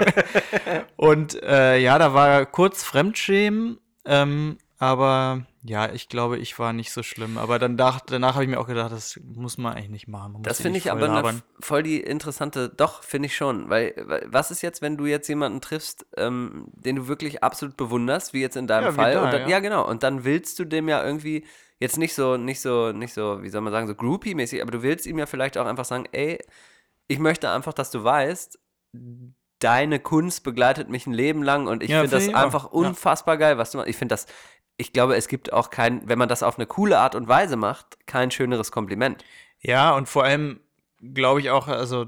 S2: und äh, ja, da war er kurz Fremdschämen, ähm, aber ja, ich glaube, ich war nicht so schlimm. Aber dann dach, danach habe ich mir auch gedacht, das muss man eigentlich nicht machen. Man muss
S1: Das
S2: sich
S1: finde
S2: nicht
S1: ich
S2: voll
S1: aber eine,
S2: labern.
S1: f- voll die interessante, doch, finde ich schon. Weil, weil was ist jetzt, wenn du jetzt jemanden triffst, ähm, den du wirklich absolut bewunderst, wie jetzt in deinem
S2: Ja, wie
S1: Fall?
S2: da,
S1: und dann, ja.
S2: ja.
S1: genau. Und dann willst du dem ja irgendwie jetzt nicht so, nicht so, nicht so, wie soll man sagen, so groupie-mäßig, aber du willst ihm ja vielleicht auch einfach sagen, ey, ich möchte einfach, dass du weißt, deine Kunst begleitet mich ein Leben lang und ich
S2: Ja,
S1: finde das
S2: finde ich auch.
S1: einfach
S2: Ja.
S1: unfassbar geil, was du machst. Ich finde das, ich glaube, es gibt auch kein, wenn man das auf eine coole Art und Weise macht, kein schöneres Kompliment.
S2: Ja, und vor allem glaube ich auch, also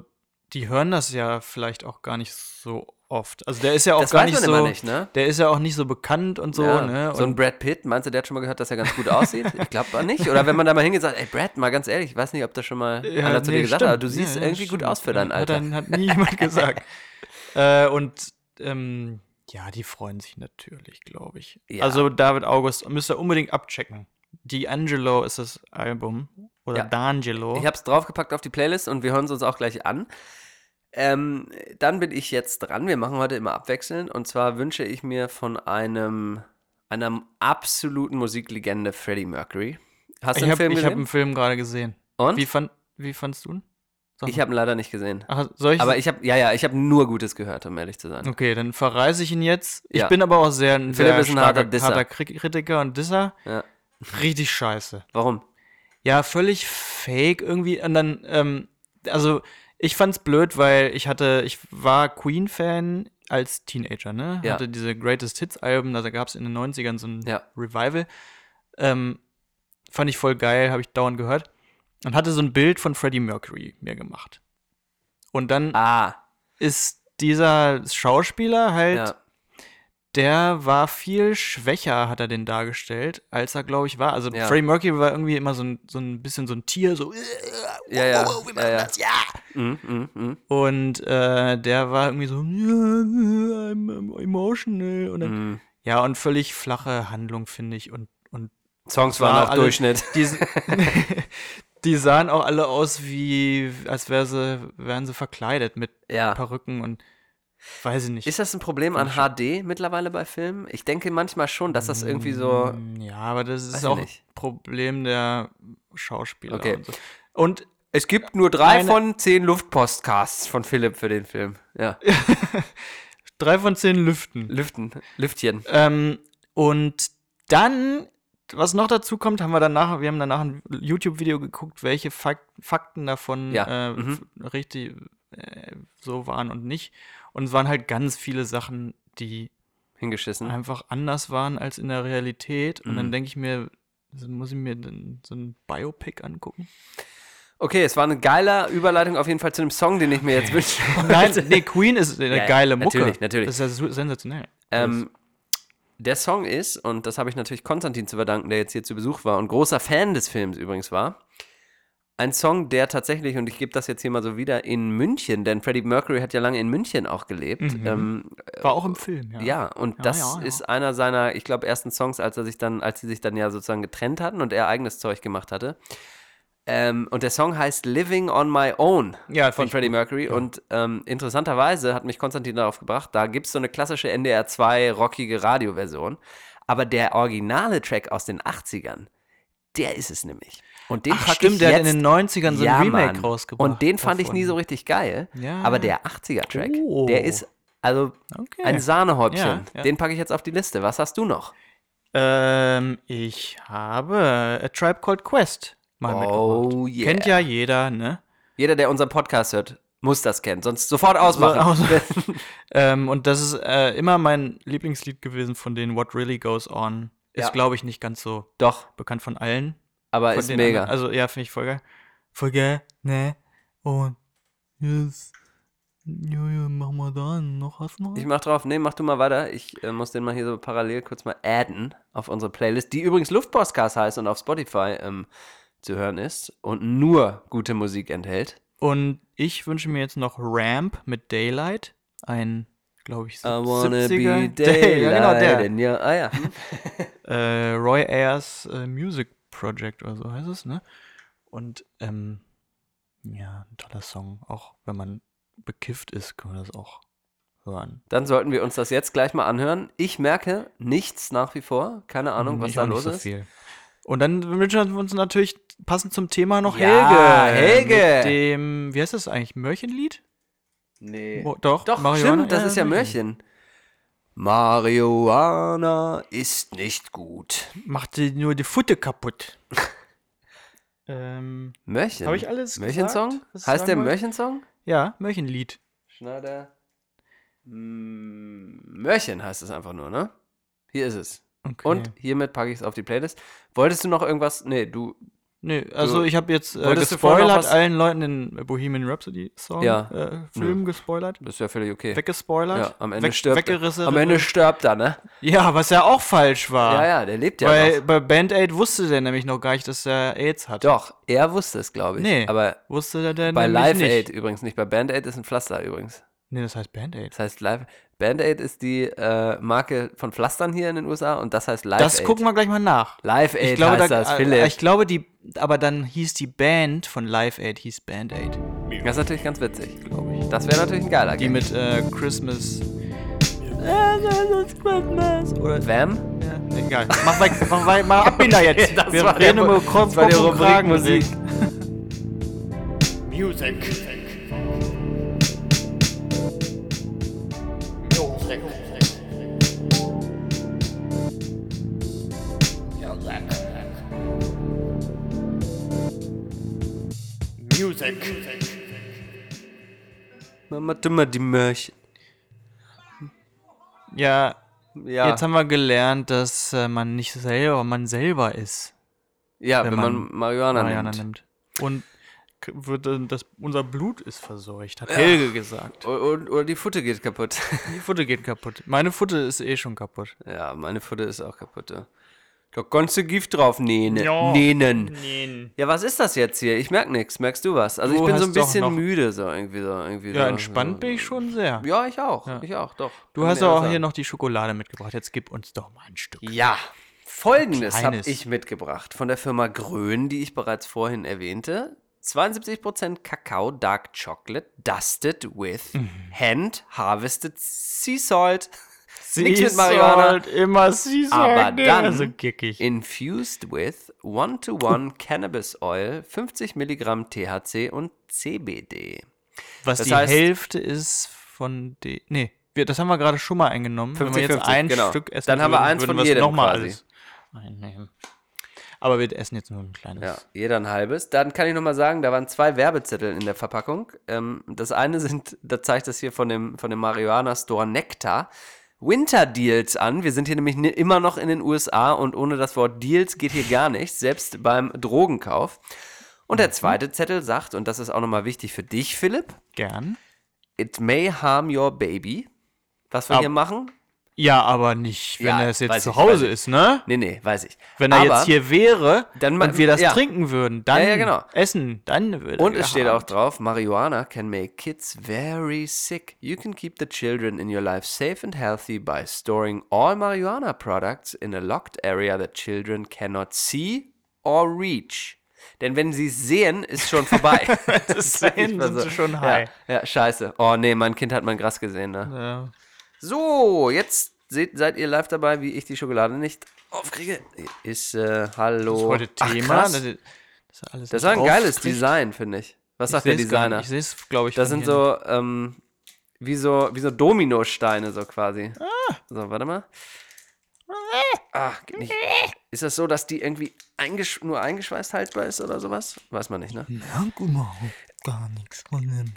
S2: die hören das ja vielleicht auch gar nicht so oft. Also der ist ja auch
S1: Das
S2: gar
S1: weiß
S2: nicht
S1: man
S2: so.
S1: immer nicht, ne?
S2: Der ist ja auch nicht so bekannt und so,
S1: Ja,
S2: ne? Und
S1: So ein Brad Pitt, meinst du, der hat schon mal gehört, dass er ganz gut aussieht? ich glaube nicht. Oder wenn man da mal hingeht und sagt, ey Brad, mal ganz ehrlich, ich weiß nicht, ob das schon mal
S2: Ja,
S1: einer zu
S2: nee,
S1: dir gesagt Äh, hat,
S2: stimmt.
S1: aber du siehst
S2: Ja, ja,
S1: irgendwie gut
S2: stimmt.
S1: aus für dein
S2: Hat
S1: Alter.
S2: dann hat nie jemand gesagt. äh, und ähm, ja, die freuen sich natürlich, glaube ich.
S1: Ja.
S2: Also David August müsst ihr unbedingt abchecken. D'Angelo ist das Album.
S1: Ja.
S2: Oder D'Angelo.
S1: Ich habe es draufgepackt auf die Playlist und wir hören es uns auch gleich an. Ähm, dann bin ich jetzt dran. Wir machen heute immer abwechselnd. Und zwar wünsche ich mir von einem, einer absoluten Musiklegende Freddie Mercury. Hast du
S2: ich
S1: den
S2: habe
S1: Film
S2: hab
S1: gesehen?
S2: einen Film gerade gesehen.
S1: und?
S2: Wie, fand, wie fandst du ihn? Sag
S1: ich
S2: mal.
S1: habe ihn leider nicht gesehen.
S2: Ach, soll ich
S1: Aber ich habe, ja, ja, ich habe nur Gutes gehört, um ehrlich zu sein.
S2: Okay, dann verreise ich ihn jetzt. Ich
S1: Ja.
S2: bin aber auch sehr, ein
S1: Philipp
S2: sehr
S1: ist ein
S2: starker,
S1: harter Disser.
S2: Kri- Kritiker und Disser.
S1: Ja.
S2: Richtig scheiße.
S1: Warum?
S2: Ja, völlig fake irgendwie. Und dann, ähm, also ich fand's blöd, weil ich hatte, ich war Queen-Fan als Teenager, ne?
S1: Ja.
S2: Hatte diese Greatest Hits-Alben, da gab's in den 90ern so ein
S1: Ja.
S2: Revival. Ähm, fand ich voll geil, habe ich dauernd gehört. Und hatte so ein Bild von Freddie Mercury mir gemacht. Und dann
S1: Ah,
S2: ist dieser Schauspieler halt,
S1: ja.
S2: der war viel schwächer, hat er den dargestellt, als er, glaube ich, war. Also
S1: Ja.
S2: Freddie Mercury war irgendwie immer so ein, so ein bisschen so ein Tier, so, äh,
S1: Ja, ja,
S2: wow, wow, wir machen
S1: ja, ja.
S2: das, ja.
S1: Mm, mm, mm.
S2: Und äh, der war irgendwie so, ja, I'm, I'm emotional. Und dann,
S1: Mm.
S2: Ja, und völlig flache Handlung, finde ich. Und, und
S1: Songs
S2: War
S1: waren auch
S2: alle-
S1: Durchschnitt.
S2: die, die sahen auch alle aus wie, als wär sie, wären sie verkleidet mit
S1: Ja.
S2: Perücken und weiß ich nicht.
S1: Ist das ein Problem an HD mittlerweile bei Filmen? Ich denke manchmal schon, dass das irgendwie so.
S2: Mm, Ja, aber das
S1: Weiß
S2: ist
S1: ich
S2: auch ein
S1: nicht.
S2: Problem der Schauspieler.
S1: Okay.
S2: Und, so. und
S1: Es gibt nur drei
S2: Meine-
S1: von zehn Luftpostcasts von Philipp für den Film. Ja.
S2: drei von zehn lüften.
S1: Lüften. Lüftchen.
S2: Ähm, und dann, was noch dazu kommt, haben wir danach, wir haben danach ein YouTube-Video geguckt, welche Fak Fakten davon
S1: Ja,
S2: äh,
S1: mhm.
S2: f- richtig äh, so waren und nicht. Und es waren halt ganz viele Sachen, die
S1: Hingeschissen.
S2: einfach anders waren als in der Realität. Und
S1: Mhm.
S2: dann denke ich mir, so muss ich mir dann so ein Biopic angucken?
S1: Okay, es war eine geile Überleitung auf jeden Fall zu einem Song, den ich mir jetzt wünsche.
S2: Nein, nee, Queen ist eine
S1: ja,
S2: geile Mucke.
S1: natürlich, natürlich.
S2: Das ist ja su- sensationell.
S1: Ähm, der Song ist, und das habe ich natürlich Konstantin zu verdanken, der jetzt hier zu Besuch war und großer Fan des Films übrigens war, ein Song, der tatsächlich, und ich gebe das jetzt hier mal so wieder, in München, denn Freddie Mercury hat ja lange in München auch gelebt.
S2: Mhm.
S1: Ähm,
S2: Das war auch im Film, ja.
S1: ja. und
S2: Ja,
S1: das
S2: ja, ja.
S1: ist einer seiner, ich glaube, ersten Songs, als er sich dann, als sie sich dann ja sozusagen getrennt hatten und er eigenes Zeug gemacht hatte. Ähm, und der Song heißt Living on My Own von
S2: Ja, Äh, finde
S1: Freddie
S2: ich
S1: Mercury. Und ähm, interessanterweise hat mich Konstantin darauf gebracht, da gibt es so eine klassische NDR 2 rockige Radioversion. Aber der originale Track aus den 80ern, der ist es nämlich. Und den
S2: Ach,
S1: packe
S2: stimmt,
S1: ich
S2: der
S1: jetzt,
S2: hat in den 90ern so ein
S1: ja,
S2: Remake
S1: Mann.
S2: rausgebracht.
S1: Und den fand ich nie
S2: davon.
S1: so richtig geil.
S2: Ja.
S1: Aber der 80er-Track,
S2: Oh.
S1: der ist also
S2: Okay.
S1: ein Sahnehäubchen.
S2: Ja, ja.
S1: Den packe ich jetzt auf die Liste. Was hast du noch?
S2: ähm, ich habe A Tribe Called Quest mal mitgebracht.
S1: Oh yeah.
S2: Kennt ja jeder, ne?
S1: Jeder, der unseren Podcast hört, muss das kennen. Sonst sofort ausmachen.
S2: ausmachen. ähm, und das ist äh, immer mein Lieblingslied gewesen von denen What Really Goes On. Ist,
S1: Ja.
S2: glaube ich, nicht ganz so
S1: Doch,
S2: bekannt von allen.
S1: aber
S2: Von
S1: ist
S2: den
S1: mega.
S2: anderen. Also, ja, finde ich voll geil. Voll geil, ne? Und yes. Ja, ja, mach mal da. Noch hast du noch?
S1: Ich mach drauf, nee, mach du mal weiter. Ich äh, muss den mal hier so parallel kurz mal adden auf unsere Playlist, die übrigens Luftpostcast heißt und auf Spotify ähm, zu hören ist und nur gute Musik enthält.
S2: Und ich wünsche mir jetzt noch Ramp mit Daylight. Ein, glaube ich,
S1: I
S2: 70er.
S1: wanna be
S2: Day-
S1: daylight
S2: Ja, genau, der.
S1: in your, ah ja.
S2: Äh, Roy Ayers äh, Music Project oder so heißt es, ne? Und, ähm, ja, ein toller Song. Auch wenn man bekifft ist, kann man das auch hören.
S1: Dann sollten wir uns das jetzt gleich mal anhören. Ich merke nichts nach wie vor. Keine Ahnung, was
S2: Hm, Ich
S1: da
S2: auch nicht
S1: los
S2: so
S1: ist.
S2: viel. Und dann wünschen wir uns natürlich passend zum Thema noch
S1: Ja,
S2: Helge. äh,
S1: Helge.
S2: Mit dem, wie heißt das eigentlich? Mörchenlied?
S1: Nee.
S2: Oh, doch,
S1: Äh, Doch,
S2: Marihuana?
S1: stimmt, das ist ja Mörchen. Marihuana ist nicht gut.
S2: Macht dir nur die Futte kaputt. ähm,
S1: Mörchen.
S2: Hab ich alles
S1: Mörchensong?
S2: gesagt, was ich
S1: Heißt der
S2: sagen wollte?
S1: Mörchensong?
S2: ja, Mörchenlied.
S1: Schneider. Mm, Mörchen heißt es einfach nur, ne? Hier ist es.
S2: Okay.
S1: Und hiermit packe ich es auf die Playlist. Wolltest du noch irgendwas? Nee, du.
S2: Nee,
S1: Du-
S2: also ich habe jetzt äh,
S1: Wolltest du vorher noch
S2: gespoilert
S1: was-
S2: allen Leuten den Bohemian Rhapsody Song,
S1: Ja.
S2: äh, Film gespoilert,
S1: Das ist ja völlig okay.
S2: weggespoilert,
S1: ja, am Ende
S2: weg,
S1: stirbt
S2: weggerissen.
S1: er.
S2: Ah.
S1: Am Ende stirbt er, ne?
S2: ja, was ja auch falsch war.
S1: Ja, ja, der lebt ja
S2: Bei,
S1: noch.
S2: bei Band Aid wusste der nämlich noch gar nicht, dass er AIDS hat.
S1: Doch, er wusste es, glaube ich.
S2: Nee,
S1: Aber
S2: wusste der denn
S1: bei
S2: nämlich
S1: Live
S2: nicht.
S1: Aid übrigens nicht. Bei Band Aid ist ein Pflaster übrigens.
S2: Nee, das heißt Band Aid.
S1: Das heißt Live. Band Aid ist die äh, Marke von Pflastern hier in den USA und das heißt Live
S2: Das
S1: Aid.
S2: gucken wir gleich mal nach.
S1: Live Aid
S2: Ich glaube, da,
S1: heißt das,
S2: äh,
S1: Philipp.
S2: ich glaube, die, aber dann hieß die Band von Live Aid, hieß Band Aid,
S1: das ist natürlich ganz witzig.
S2: glaube ich.
S1: Das wäre natürlich ein geiler
S2: Die
S1: Gag.
S2: mit äh, Christmas. Christmas. Oder.
S1: Wham?
S2: Ja, egal. Mach weg, mach, weg, mach ab ihn da jetzt.
S1: Das
S2: Wir
S1: war
S2: reden
S1: der-
S2: über Kopf,
S1: das war
S2: Kopf
S1: der
S2: und
S1: Rubrik
S2: Kragen
S1: Musik.
S3: Music. Music. Music.
S1: Mama dummer die Mörchen.
S2: Ja,
S1: Ja,
S2: jetzt haben wir gelernt, dass äh, man nicht selber, man selber ist,
S1: ja wenn,
S2: wenn
S1: man,
S2: man
S1: Marihuana,
S2: Mariana
S1: nimmt.
S2: nimmt. Und k- wird dann das, unser Blut ist verseucht, hat Helge gesagt.
S1: Oder, oder die Futte geht kaputt.
S2: Die Futte geht kaputt. Meine Futte ist eh schon kaputt.
S1: ja, meine Futte ist auch kaputt. Ja. Da kannst du Gift drauf nähen.
S2: Ja.
S1: Nähen.
S2: Nein.
S1: Ja, was ist das jetzt hier? Ich merk nichts. Merkst du was? Also
S2: Du
S1: ich bin so
S2: hast
S1: ein
S2: doch noch-
S1: bisschen müde, so irgendwie so. Irgendwie
S2: Ja,
S1: so,
S2: Äh, entspannt bin ich schon sehr.
S1: Ja, ich auch.
S2: Ja.
S1: Ich auch, doch.
S2: Du
S1: Kann
S2: hast
S1: mir
S2: aber auch
S1: sagen.
S2: hier noch die Schokolade mitgebracht. Jetzt gib uns doch mal ein Stück.
S1: Ja, folgendes habe
S2: Kleines.
S1: ich mitgebracht von der Firma Grön, die ich bereits vorhin erwähnte. 72% Kakao Dark Chocolate dusted with
S2: Mhm.
S1: hand harvested sea salt. Nix mit Marihuana.
S2: Salt, immer Sea Salt.
S1: Aber
S2: nee,
S1: dann-
S2: Also kickig.
S1: Infused with one-to-one Cannabis Oil, 50 Milligramm THC und CBD.
S2: Was
S1: das
S2: die
S1: heißt-
S2: Hälfte ist von den. Nee, wir, das haben wir gerade schon mal eingenommen. Wenn wir jetzt
S1: 50,
S2: ein
S1: genau.
S2: Stück essen
S1: Dann haben wir
S2: würden,
S1: eins
S2: würden
S1: von
S2: wir es
S1: jedem
S2: nochmal
S1: quasi.
S2: alles einnehmen. Aber wir essen jetzt nur ein kleines.
S1: Ja, jeder ein halbes. Dann kann ich nochmal sagen, da waren zwei Werbezettel in der Verpackung. Ähm, das eine sind, da zeigt das hier von dem, von dem Marihuana-Store Nectar. Winter Deals an. Wir sind hier nämlich ni- immer noch in den USA und ohne das Wort Deals geht hier gar nichts, selbst beim Drogenkauf. Und
S2: Mhm.
S1: der zweite Zettel sagt, und das ist auch nochmal wichtig für dich, Philipp,
S2: Gern.
S1: it may harm your baby. Was wir
S2: Ab-
S1: hier machen?
S2: Ja, aber nicht, wenn
S1: Ja,
S2: er es jetzt
S1: weiß
S2: zu
S1: ich,
S2: Hause
S1: weiß ich.
S2: ist, ne?
S1: Nee, nee, weiß ich.
S2: Wenn er
S1: Aber-
S2: jetzt hier wäre
S1: Dann ma-
S2: und wir das
S1: ja.
S2: trinken würden, dann
S1: Ja, ja, genau.
S2: essen, dann würde
S1: Und
S2: er
S1: es steht auch
S2: haben.
S1: drauf, Marihuana can make kids very sick. You can keep the children in your life safe and healthy by storing all marijuana products in a locked area that children cannot see or reach. Denn wenn sie es sehen, ist schon vorbei.
S2: Bis dahin
S1: Nicht mal
S2: sind
S1: so.
S2: sie schon high.
S1: Ja, ja, scheiße. Oh nee, mein Kind hat mein Gras gesehen. Ne?
S2: Ja.
S1: So, jetzt seht, seid ihr live dabei, wie ich die Schokolade nicht aufkriege. Ist, äh, hallo.
S2: Das ist heute
S1: Ach,
S2: Thema.
S1: krass.
S2: Oh, das, ist alles
S1: Das
S2: nicht
S1: war ein geiles
S2: aufgeregt.
S1: Design, finde ich. Was
S2: Ich
S1: sagt der
S2: seh's gar
S1: Designer?
S2: nicht. Ich sehe es, glaube ich.
S1: Das
S2: von
S1: sind
S2: hier nicht.
S1: so, ähm, wie so, wie so Dominosteine, so quasi. So, warte mal. Ah, geht nicht. Ist das so, dass die irgendwie eingesch nur eingeschweißt haltbar ist oder sowas? Weiß man nicht, ne?
S4: Ja, überhaupt gar nichts von dem.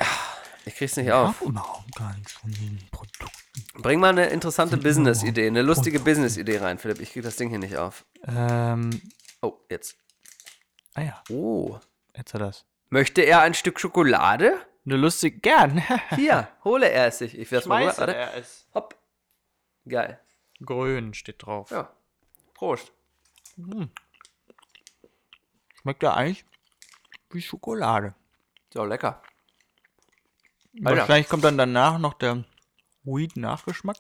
S1: Ich krieg's nicht auf.
S4: Überhaupt gar nichts von dem Produkt.
S1: Bring mal eine interessante Business-Idee, eine lustige Business-Idee rein, Philipp. Ich krieg das Ding hier nicht auf.
S2: Ähm,
S1: Oh, jetzt.
S2: ah ja,
S1: Oh.
S2: jetzt hat das.
S1: Möchte er ein Stück Schokolade?
S2: Eine lustige, gern.
S1: Hier, hole er es sich. Ich werf's mal rüber. Warte.
S2: ist.
S1: Hopp. Geil.
S2: Grün steht drauf.
S1: Ja. Prost.
S2: Schmeckt ja eigentlich wie Schokolade.
S1: So, lecker.
S2: Wahrscheinlich kommt dann danach noch der Weed-Nachgeschmack.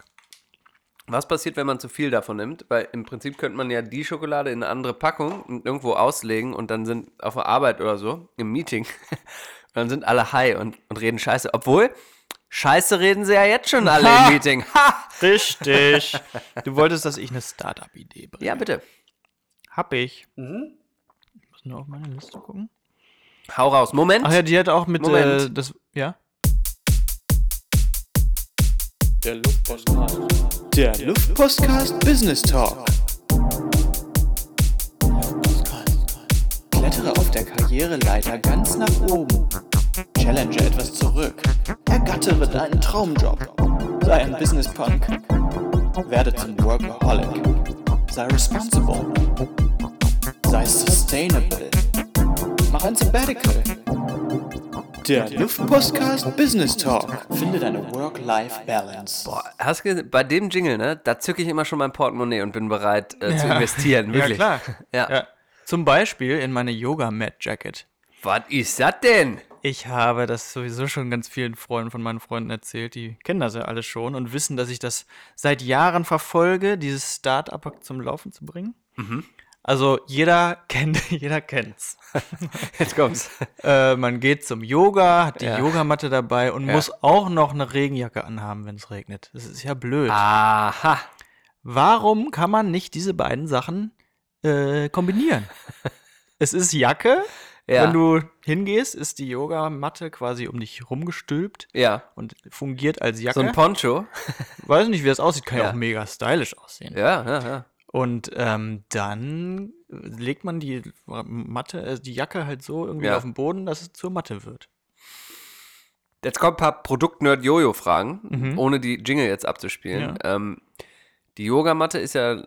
S1: Was passiert, wenn man zu viel davon nimmt? Weil im Prinzip könnte man ja die Schokolade in eine andere Packung und irgendwo auslegen und dann sind auf der Arbeit oder so, im Meeting, und dann sind alle high und, und reden Scheiße. Obwohl, Scheiße reden sie ja jetzt schon alle
S2: Ha!
S1: im Meeting. Ha!
S2: Richtig. du wolltest, dass ich eine Startup-Idee bringe.
S1: Ja, bitte. Mhm.
S2: Hab ich. Ich muss nur auf meine Liste gucken.
S1: Hau raus. Moment.
S2: Ach ja, die hat auch mit
S1: Moment.
S2: äh, das. Ja?
S5: Der Luftpostcast Business Talk. Klettere auf der Karriereleiter ganz nach oben. Challenge etwas zurück. Ergattere deinen Traumjob. Sei ein Business Punk. Werde zum Workaholic. Sei responsible. Sei sustainable. Mach ein Sabbatical. Der Luftpostcast Business Talk. Finde deine Work-Life-Balance.
S1: Boah, hast du gesehen, bei dem Jingle, ne, da zücke ich immer schon mein Portemonnaie und bin bereit äh, zu investieren. Wirklich.
S2: Ja, klar.
S1: Ja.
S2: Ja. Zum Beispiel in meine Yoga-Mat-Jacket.
S1: Was ist das denn?
S2: Ich habe das sowieso schon ganz vielen Freunden von meinen Freunden erzählt. Die kennen das ja alle schon und wissen, dass ich das seit Jahren verfolge, dieses Start-up zum Laufen zu bringen.
S1: Mhm.
S2: Also jeder kennt, jeder kennt's.
S1: Jetzt kommt's.
S2: Äh, man geht zum Yoga, hat die
S1: Ja.
S2: Yogamatte dabei und
S1: Ja.
S2: muss auch noch eine Regenjacke anhaben, wenn es regnet. Das ist ja blöd.
S1: Aha.
S2: Warum kann man nicht diese beiden Sachen äh, kombinieren? es ist Jacke.
S1: Ja.
S2: Wenn du hingehst, ist die Yogamatte quasi um dich rumgestülpt
S1: Ja.
S2: und fungiert als Jacke.
S1: So ein Poncho.
S2: Weiß nicht, wie das aussieht, kann ja,
S1: Ja.
S2: auch mega stylisch aussehen.
S1: Ja, ja, ja.
S2: Und ähm, dann legt man die Matte, äh, die Jacke halt so irgendwie
S1: Ja.
S2: auf den Boden, dass es zur Matte wird.
S1: Jetzt kommen ein paar Produkt-Nerd-Jojo-Fragen,
S2: Mhm.
S1: ohne die Jingle jetzt abzuspielen. Ähm, die Yogamatte ist ja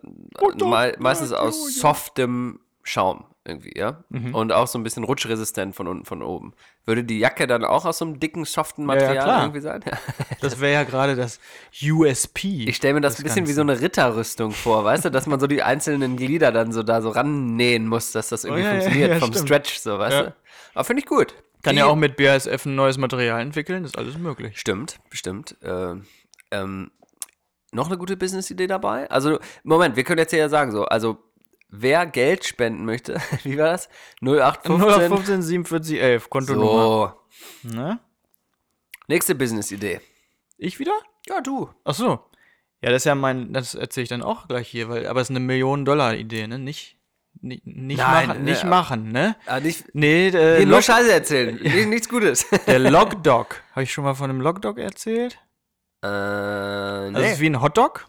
S1: me meistens aus softem Schaum irgendwie, ja?
S2: Mhm.
S1: Und auch so ein bisschen rutschresistent von unten, von oben. Würde die Jacke dann auch aus so einem dicken, soften
S2: ja,
S1: Material
S2: klar.
S1: irgendwie sein? Ja.
S2: Das wäre ja gerade das USP.
S1: Ich stelle mir das ein bisschen wie so eine Ritterrüstung vor, weißt du, dass man so die einzelnen Glieder dann so da so rannähen muss, dass das irgendwie
S2: Oh ja, ja,
S1: funktioniert
S2: ja,
S1: vom
S2: stimmt.
S1: Stretch, so, weißt
S2: Ja.
S1: du? Aber finde ich gut.
S2: Kann
S1: Die-
S2: ja auch mit BASF ein neues Material entwickeln, ist alles möglich.
S1: Stimmt, bestimmt. Ähm, ähm, noch eine gute Business-Idee dabei? Also, Moment, wir können jetzt hier ja sagen, so, also, wer Geld spenden möchte, wie war das? 0815.
S2: 0815 47 11, Kontonummer.
S1: So,
S2: Ne?
S1: nächste Business-Idee.
S2: Ich wieder?
S1: Ja, du.
S2: Ach so. Ja, das ist ja mein, das erzähle ich dann auch gleich hier, weil, aber es ist eine Millionen-Dollar-Idee, ne? Nicht, nicht, nicht,
S1: Nein,
S2: machen,
S1: ne,
S2: nicht
S1: aber-
S2: machen, ne?
S1: Ah, nicht,
S2: Nee, äh,
S1: hier nur
S2: Log,
S1: Scheiße erzählen. Nicht- Nichts Gutes.
S2: der Logdog. Habe ich schon mal von einem Logdog erzählt? Also
S1: äh,
S2: Das ist wie ein Hotdog,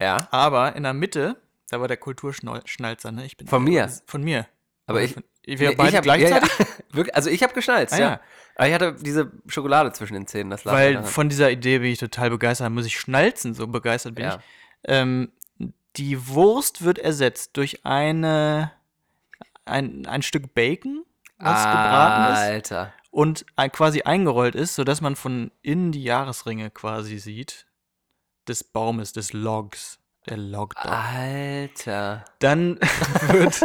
S1: ja,
S2: aber in der Mitte, da war der Kulturschnalzer, ne? Ich bin
S1: Von mir?
S2: Von mir.
S1: aber ich.
S2: Wir
S1: nee,
S2: beide
S1: hab- ja,
S2: gleichzeitig?
S1: Ja, Wirklich, also, ich habe geschnalzt,
S2: Ah,
S1: ja.
S2: ja.
S1: Aber ich hatte diese Schokolade zwischen den Zähnen, das lag mir
S2: Weil
S1: daran.
S2: von dieser Idee bin ich total begeistert. Da Muss ich schnalzen, so begeistert bin
S1: Ja.
S2: ich. Ähm, die Wurst wird ersetzt durch eine, ein, ein Stück Bacon,
S1: Ah,
S2: was gebraten ist
S1: Alter.
S2: und ein, quasi eingerollt ist, sodass man von innen die Jahresringe quasi sieht. Des Baumes, des Logs. Der Log.
S1: Ah.
S2: dort.
S1: Alter.
S2: Dann wird.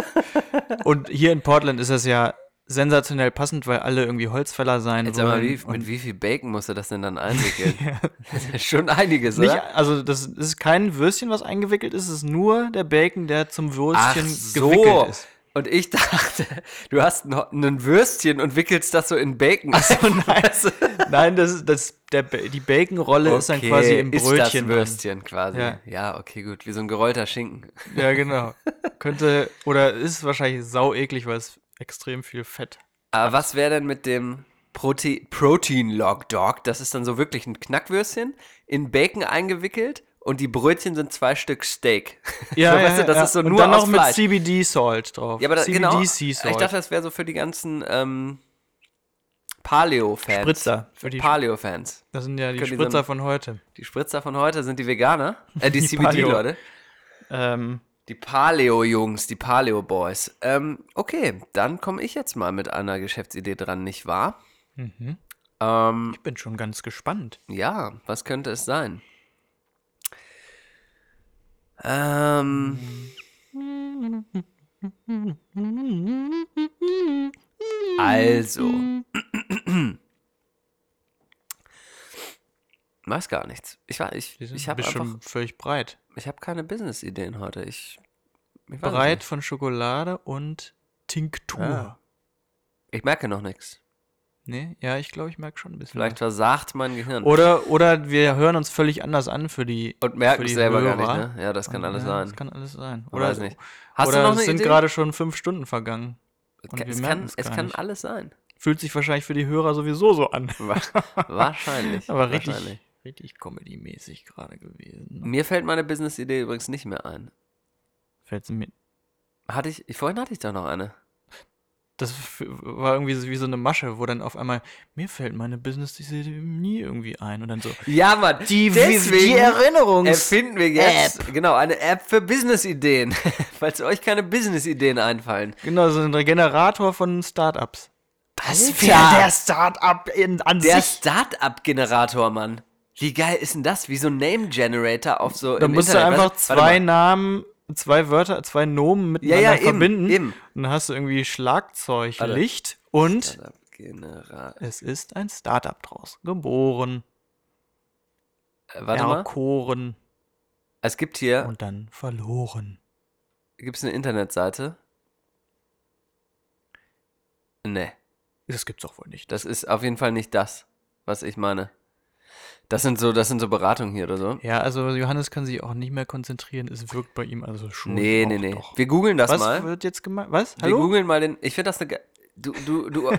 S2: und hier in Portland ist das ja sensationell passend, weil alle irgendwie Holzfäller sein
S1: Jetzt
S2: wollen.
S1: aber wie,
S2: und-
S1: mit wie viel Bacon musst du das denn dann einwickeln? Das ist Schon einiges,
S2: Nicht,
S1: oder?
S2: also das ist kein Würstchen, was eingewickelt ist, es ist nur der Bacon, der zum Würstchen
S1: so.
S2: gewickelt ist.
S1: Und ich dachte, du hast ein, ein Würstchen und wickelst das so in Bacon. Ach nein.
S2: Nein, das ist, das, der, Ba- die Baconrolle ist dann quasi im Brötchen.
S1: Ist das
S2: drin.
S1: Würstchen quasi. Ja.
S2: Ja.
S1: okay, gut. Wie so ein gerollter Schinken.
S2: Ja, genau. Könnte, oder ist wahrscheinlich sau eklig, weil es extrem viel Fett.
S1: Aber was wäre denn mit dem Prote Protein Log Dog? Das ist dann so wirklich ein Knackwürstchen, in Bacon eingewickelt und die Brötchen sind zwei Stück Steak. so, weißt du, das ist so
S2: Und
S1: nur
S2: dann
S1: aus
S2: noch mit
S1: Fleisch.
S2: CBD-Salt drauf.
S1: Ja, aber das,
S2: CBD
S1: genau.
S2: Sea
S1: Ich
S2: Salt.
S1: dachte, das wäre so für die ganzen ähm, Paleo-Fans.
S2: Spritzer. Für die,
S1: Paleo-Fans.
S2: das sind ja die
S1: können die
S2: Spritzer
S1: so-
S2: von heute.
S1: Die Spritzer von heute sind die Veganer. Äh, die,
S2: Die
S1: CBD-Leute.
S2: Ähm,
S1: Die Paleo-Jungs, die Paleo-Boys. Ähm, okay, dann komme ich jetzt mal mit einer Geschäftsidee dran, nicht wahr? Ähm,
S2: ich Mhm. bin schon ganz gespannt.
S1: ja, was könnte es sein? Ähm. Also. Weiß gar nichts. Ich, war- ich,
S2: Die sind
S1: ich
S2: ein
S1: habe
S2: bisschen
S1: einfach.
S2: völlig breit.
S1: Ich habe keine Business-Ideen heute. Ich, ich weiß es
S2: Bereit
S1: nicht.
S2: von Schokolade und Tinktur.
S1: Ah. Ich merke noch nichts.
S2: Nee, Ne? ja, ich glaube, ich merke schon ein bisschen.
S1: Vielleicht
S2: was.
S1: versagt mein Gehirn.
S2: Oder, oder wir hören uns völlig anders an für die.
S1: und
S2: für
S1: merken
S2: die
S1: es selber
S2: Hörer.
S1: gar nicht, ne? Ja, das kann
S2: Ja,
S1: alles
S2: Das
S1: sein.
S2: kann alles sein.
S1: Man
S2: Oder,
S1: weiß nicht. Hast
S2: oder
S1: du noch eine
S2: es sind
S1: Idee?
S2: gerade schon fünf Stunden vergangen.
S1: es
S2: und
S1: kann,
S2: wir
S1: es
S2: merken
S1: kann,
S2: es
S1: es
S2: gar
S1: kann
S2: nicht.
S1: alles sein.
S2: Fühlt sich wahrscheinlich für die Hörer sowieso so an.
S1: Wa- Wahrscheinlich.
S2: Aber richtig,
S1: wahrscheinlich.
S2: richtig comedy-mäßig gerade gewesen.
S1: Mir fällt meine Business-Idee übrigens nicht mehr ein.
S2: Fällt's mir.
S1: Hatte ich, ich- vorhin hatte ich doch noch eine.
S2: Das f- war irgendwie so, wie so eine Masche, wo dann auf einmal, mir fällt meine Business-Idee nie irgendwie ein. Und dann so,
S1: Ja, Mann. Die,
S2: die Erinnerungs-
S1: erfinden wir jetzt genau eine App für Business-Ideen, falls euch keine Business-Ideen einfallen.
S2: Genau, so ein Generator von Startups.
S1: Das wäre der
S2: Startup in, an
S1: Hm? Der Start-up-Generator, Mann. Wie geil ist denn das? Wie so ein Name-Generator auf so.
S2: Da
S1: im
S2: musst du
S1: Internet.
S2: einfach
S1: Warte-
S2: zwei
S1: warte mal.
S2: Namen, zwei Wörter, zwei Nomen miteinander
S1: ja, eben,
S2: verbinden.
S1: eben.
S2: Und dann hast du irgendwie Schlagzeuglicht und
S1: Startup-Generator.
S2: es ist ein Startup draus. Geboren,
S1: Äh, Warte mal.
S2: erkoren
S1: Es gibt hier
S2: und dann verloren.
S1: gibt's eine Internetseite. Nee,
S2: Das gibt's doch wohl nicht.
S1: das ist auf jeden Fall nicht das, was ich meine. Das sind so, das sind so Beratungen hier oder so.
S2: Ja, also Johannes kann sich auch nicht mehr konzentrieren. Es wirkt bei ihm also schon.
S1: nee,
S2: auch
S1: nee, nee.
S2: doch.
S1: Wir googeln das
S2: Was
S1: mal.
S2: wird jetzt gemacht? Was?
S1: Wir googeln mal den. Ich finde das eine. ge- Du, du, du,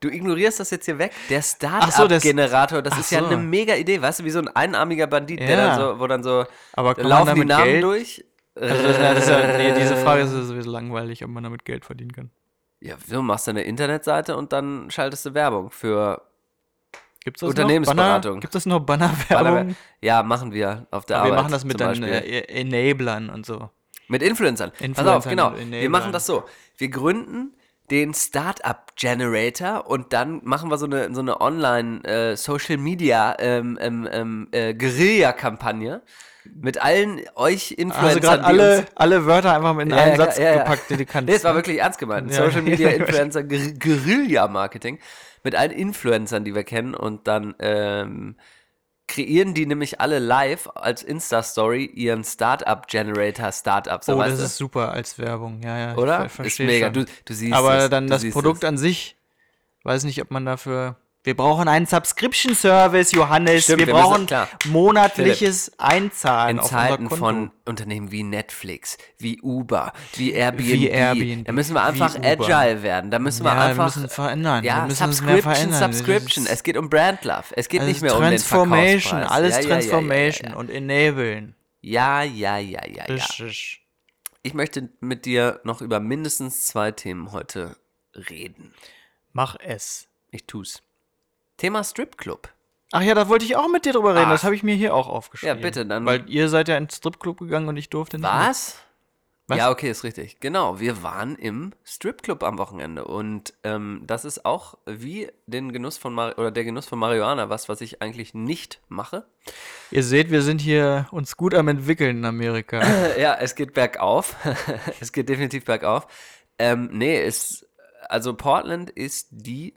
S1: du ignorierst das jetzt hier weg. Der
S2: Ach so, das-
S1: Start-up-Generator, das,
S2: ach
S1: ist ja
S2: so.
S1: eine mega Idee, weißt du, wie so ein einarmiger Bandit, der
S2: Ja.
S1: dann so, wo dann so da
S2: Aber kann man
S1: laufen die
S2: damit
S1: Namen
S2: Geld-
S1: durch.
S2: Also, na, das ist ja, nee, diese Frage ist ja sowieso langweilig, ob man damit Geld verdienen kann.
S1: Ja, du machst eine Internetseite und dann schaltest du Werbung für.
S2: Gibt's das
S1: Unternehmensberatung.
S2: Noch? Banner, gibt es noch Bannerwerbung?
S1: Ja, machen wir auf der
S2: Aber wir
S1: Arbeit.
S2: machen das mit
S1: zum Ah,
S2: dann
S1: Beispiel.
S2: äh, Enablern und so.
S1: Mit Influencern. Pass auf,
S2: Influencern
S1: genau.
S2: und
S1: Wir
S2: Enablern.
S1: machen das so. Wir gründen den Startup Generator und dann machen wir so eine, so eine Online äh, Social Media ähm, ähm, ähm, äh, Guerilla-Kampagne mit allen euch Influencern.
S2: Also gerade
S1: die uns-
S2: alle, alle Wörter einfach in einen Satz gepackt, den du kannst.
S1: Nee, es war wirklich ernst gemeint.
S2: ne? Ja.
S1: Social Media Influencer, Guer- Guerilla-Marketing mit allen Influencern, die wir kennen und dann ähm, kreieren die nämlich alle live als Insta-Story ihren Startup-Generator Startup. So
S2: Oh,
S1: weißt
S2: das
S1: du?
S2: ist super als Werbung, ja, ja. ich ver-
S1: oder? Ist
S2: versteh
S1: mega.
S2: schon.
S1: Du, du siehst
S2: Aber
S1: es,
S2: dann
S1: du
S2: das
S1: siehst
S2: Produkt
S1: es.
S2: an sich, weiß nicht, ob man dafür. Wir brauchen einen Subscription-Service, Johannes.
S1: Stimmt,
S2: wir
S1: wir müssen-
S2: brauchen
S1: klar.
S2: monatliches Einzahlen
S1: in
S2: auf
S1: Zeiten
S2: unser Konto.
S1: von Unternehmen wie Netflix, wie Uber, wie Airbnb,
S2: Wie Airbnb,
S1: da müssen wir
S2: wie
S1: einfach
S2: Uber.
S1: agile werden. Da müssen wir
S2: ja, wir
S1: einfach
S2: müssen verändern.
S1: ja,
S2: wir müssen uns mehr
S1: Subscription,
S2: verändern.
S1: Subscription.
S2: Das ist-
S1: Es geht um Brand Love. Es geht
S2: also
S1: nicht mehr um den
S2: Transformation,
S1: Verkaufspreis.
S2: alles
S1: ja, ja,
S2: Transformation und enablen.
S1: Ja, ja, ja, ja, ja, ja, ja.
S2: Richtig.
S1: Ich möchte mit dir noch über mindestens zwei Themen heute reden.
S2: Mach es.
S1: Ich tu's. Thema Stripclub.
S2: Ach ja, da wollte ich auch mit dir drüber reden.
S1: Ach.
S2: Das habe ich mir hier auch aufgeschrieben.
S1: Ja, bitte, dann-
S2: Weil ihr seid ja ins Stripclub gegangen und ich durfte nicht. mit.
S1: Was?
S2: Was?
S1: Ja, okay, ist richtig. Genau, wir waren im Stripclub am Wochenende und ähm, das ist auch wie den Genuss von Mar oder der Genuss von Marihuana, was was ich eigentlich nicht mache.
S2: Ihr seht, wir sind hier uns gut am entwickeln in Amerika.
S1: ja, es geht bergauf. es geht definitiv bergauf. Ähm, nee, es also Portland ist die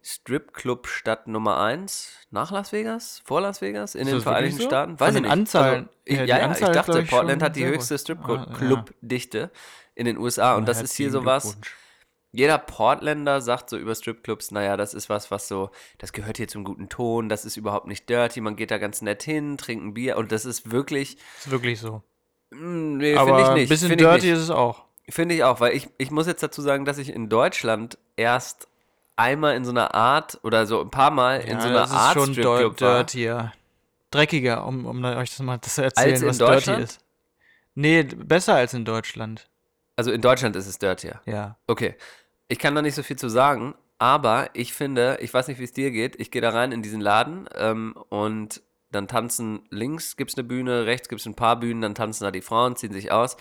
S1: Stripclub-Stadt Nummer eins nach Las Vegas, vor Las Vegas, in
S2: Ist
S1: den
S2: das
S1: Vereinigten
S2: wirklich so?
S1: Staaten.
S2: Von den Anzahlen
S1: Also, ich,
S2: her,
S1: ja,
S2: die
S1: ja, ich
S2: Anzahl ist,
S1: dachte,
S2: glaub ich,
S1: Portland
S2: schon
S1: hat die
S2: sehr
S1: höchste
S2: hoch. Ah, ja.
S1: Stripclub-Dichte in den USA und das ist hier
S2: Herzlichen
S1: sowas.
S2: Glückwunsch.
S1: Jeder Portländer sagt so über Stripclubs, naja, das ist was, was so, das gehört hier zum guten Ton, das ist überhaupt nicht dirty, man geht da ganz nett hin, trinkt ein Bier und das ist wirklich,
S2: Ist wirklich so.
S1: mh, nee, finde ich
S2: Aber ein
S1: nicht.
S2: bisschen
S1: find ich
S2: dirty
S1: nicht.
S2: ist es auch.
S1: Finde ich auch, weil ich, ich muss jetzt dazu sagen, dass ich in Deutschland erst einmal in so einer Art oder so ein paar Mal in so einer
S2: das ist
S1: Art
S2: schon
S1: Stripclub
S2: dir-
S1: war.
S2: dirtier. Dreckiger, um, um euch das mal zu erzählen,
S1: in
S2: was
S1: Deutschland?
S2: dirty ist. Nee, d- besser als in Deutschland.
S1: Also in Deutschland ist es dirtier.
S2: Ja.
S1: Okay. Ich kann da nicht so viel zu sagen, aber ich finde, ich weiß nicht, wie es dir geht, ich gehe da rein in diesen Laden ähm, und dann tanzen links gibt's eine Bühne, rechts gibt's ein paar Bühnen, dann tanzen da die Frauen, ziehen sich aus